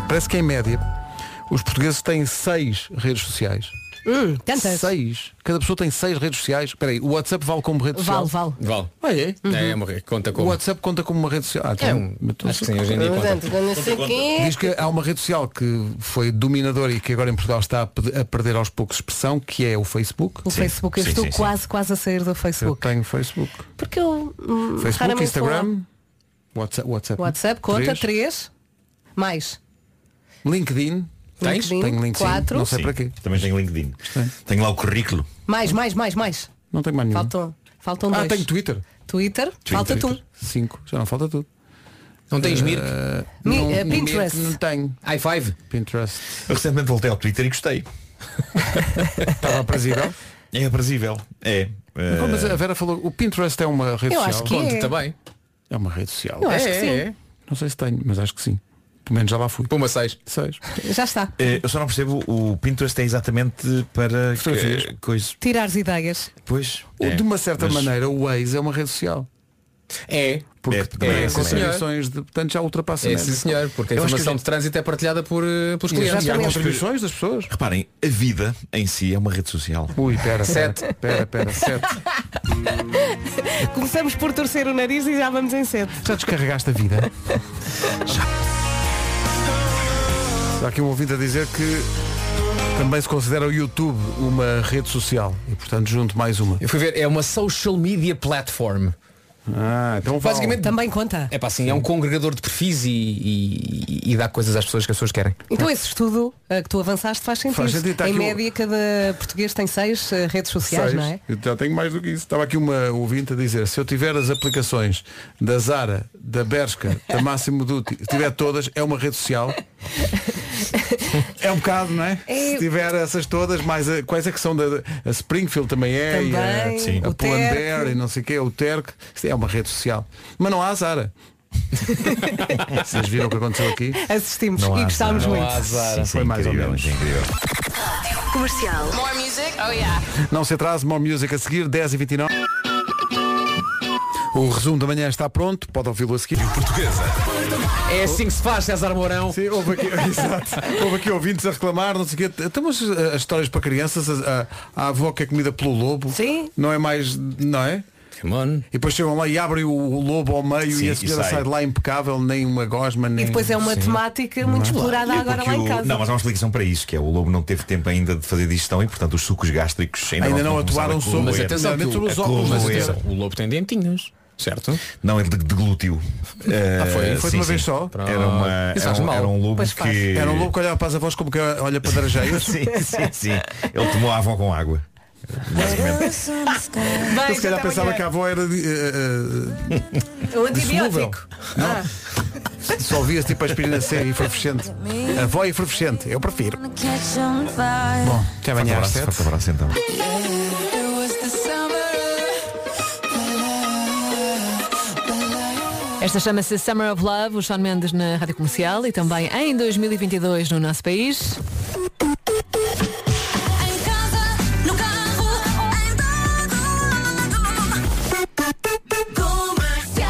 parece que em média, os portugueses têm seis redes sociais. Hum, tantas. Seis. Cada pessoa tem seis redes sociais. Espera aí, o WhatsApp vale como rede social? Ah, Vale, vale. Vale. Olha aí. É, morrer. Conta O como. WhatsApp conta como uma rede social. Ah, É um- então- acho que sim, hoje em dia conta. Portanto, não sei quem é. Diz que há uma rede social que foi dominadora e que agora em Portugal está a pe- a perder aos poucos expressão, que é o Facebook. O Facebook, eu estou quase, quase a sair do Eu Facebook. tenho Facebook. Porque eu hum, Facebook, raramente vou Instagram, WhatsApp, WhatsApp. lá. WhatsApp, conta, três. Mais. LinkedIn. Tens? LinkedIn, Tenho LinkedIn. quatro. Não sei para quê. Também tenho LinkedIn. Tenho lá o currículo. Mais, mais, mais, mais. Não tenho mais nenhum. Faltam, faltam ah, dois. tenho Twitter. Twitter, um. falta tu. Twitter. Cinco. Já não falta tudo. Não tens Mirk? Mi- não- eh, Pinterest. Mirk Não tenho. High five? Pinterest. Eu recentemente voltei ao Twitter e gostei. Estava (laughs) aprazível. É aprazível. É. Eh, Não, Oh, Mas assim? a Vera falou, o Pinterest é uma rede Eu social. acho que Conta é. também. É uma rede social. Eu acho É, que é, sim. é. Não sei se tenho, mas acho que sim. Pelo menos já lá fui. Puma 6. Seis. Já está. eh, eu só não percebo, o Pinterest é exatamente para Fotografias. que, coisa. Tirar as ideias. Pois. Ou, é, de uma certa mas- maneira, o Waze é uma rede social. É. Porque É, também tem é, com sim, senhor. contribuições de. Portanto, já ultrapassa a É, média. sim senhor, porque a Eu acho informação que de trânsito é partilhada por, eh, pelos clientes. Já há Exatamente. contribuições das pessoas. Reparem, a vida em si é uma rede social. Ui, pera, Sete. pera, pera, pera, (laughs) sete. Começamos por torcer o nariz e já vamos em sete. Já descarregaste a vida? Já. Há aqui um ouvido a dizer que também se considera o YouTube uma rede social. E portanto junto mais uma. Eu fui ver, é uma social media platform. Ah, então vale. Basicamente, Também conta. É pá, assim, é um congregador de perfis e, e- e- e dá coisas às pessoas que as pessoas querem. Então esse estudo eh, que tu avançaste faz sentido. Faz sentido, está em aqui o- média cada português tem seis eh, redes sociais, Seis. não é? Eu já tenho mais do que isso. Estava aqui uma ouvinte a dizer, se eu tiver as aplicações da Zara, da Bershka, da Máximo Dutti, se tiver todas, é uma rede social. É um bocado, não é? É. Se tiver essas todas, mais a- quais é que são da a Springfield também é, e a, Também, Sim. a o Terc. Pull&Bear e não sei o quê, o Terc, isto é uma rede social. Mas não há (laughs) a Zara. Vocês viram o que aconteceu aqui? é? Assistimos Não há e gostámos azar. muito. Não há azar. Sim, foi mais ou menos. Comercial. More music? Oh yeah. Não se atrase, More Music a seguir, 10 e 29 O resumo da manhã está pronto, pode ouvi-lo a seguir. Portuguesa. É assim que se faz, César Mourão. Sim, houve aqui, (laughs) exato. Houve aqui ouvintes a reclamar, não sei o quê. Temos as histórias para crianças, a, a- a avó que é comida pelo lobo. Sim. Não é mais, não é? E depois chegam lá e abrem o, o lobo ao meio Sim, e a e senhora sai. sai. de lá impecável, nem uma gosma, nem. E depois é uma assim Sim. temática muito Não é? explorada E agora porque lá em o- casa. Não, mas há uma explicação para isso, que é o lobo não teve tempo ainda de fazer digestão e portanto os sucos gástricos ainda, Ainda não começaram atuaram a sobre- corroer- atenção, a que o- corroer- a corroer- a Mas corroer. atenção, o lobo tem dentinhos, certo? Não, ele deglutiu. Ah, foi? Eh, Foi de uma vez só? Era, uma, Isso era, faz um, mal. era um lobo Pois faz. que. Era (laughs) um lobo que olhava para as avós como que olha para drageiros. sim, sim, sim. Ele tomou a avó com água. Eu se calhar pensava que a avó era de, eh, eh, O dissolúvel. antibiótico. Ah. Só via tipo a aspirina C e efervescente. A avó é efervescente, eu prefiro. Bom, até Forte amanhã às abraço, sete. forte abraço, então. Esta chama-se Summer of Love, o Sean Mendes na Rádio Comercial e também em 2022 no nosso país.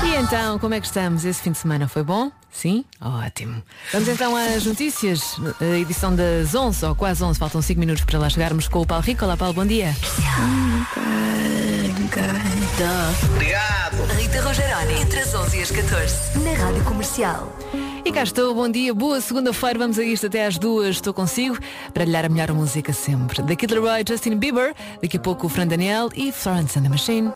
E então, como é que estamos? Esse fim de semana foi bom? Sim? Ótimo. Vamos então às notícias, a edição das 11, ou quase 11, faltam 5 minutos para lá chegarmos com o Paulo Rico. Olá, Paulo, bom dia. Obrigado. Rita Rogeroni, entre as 11 e as 14, na Rádio Comercial. E cá estou, bom dia, boa segunda-feira, vamos a isto até às duas, estou consigo, para lhe dar a melhor música sempre. The Kid Leroy, Justin Bieber, daqui a pouco o Fran Daniel e Florence and the Machine.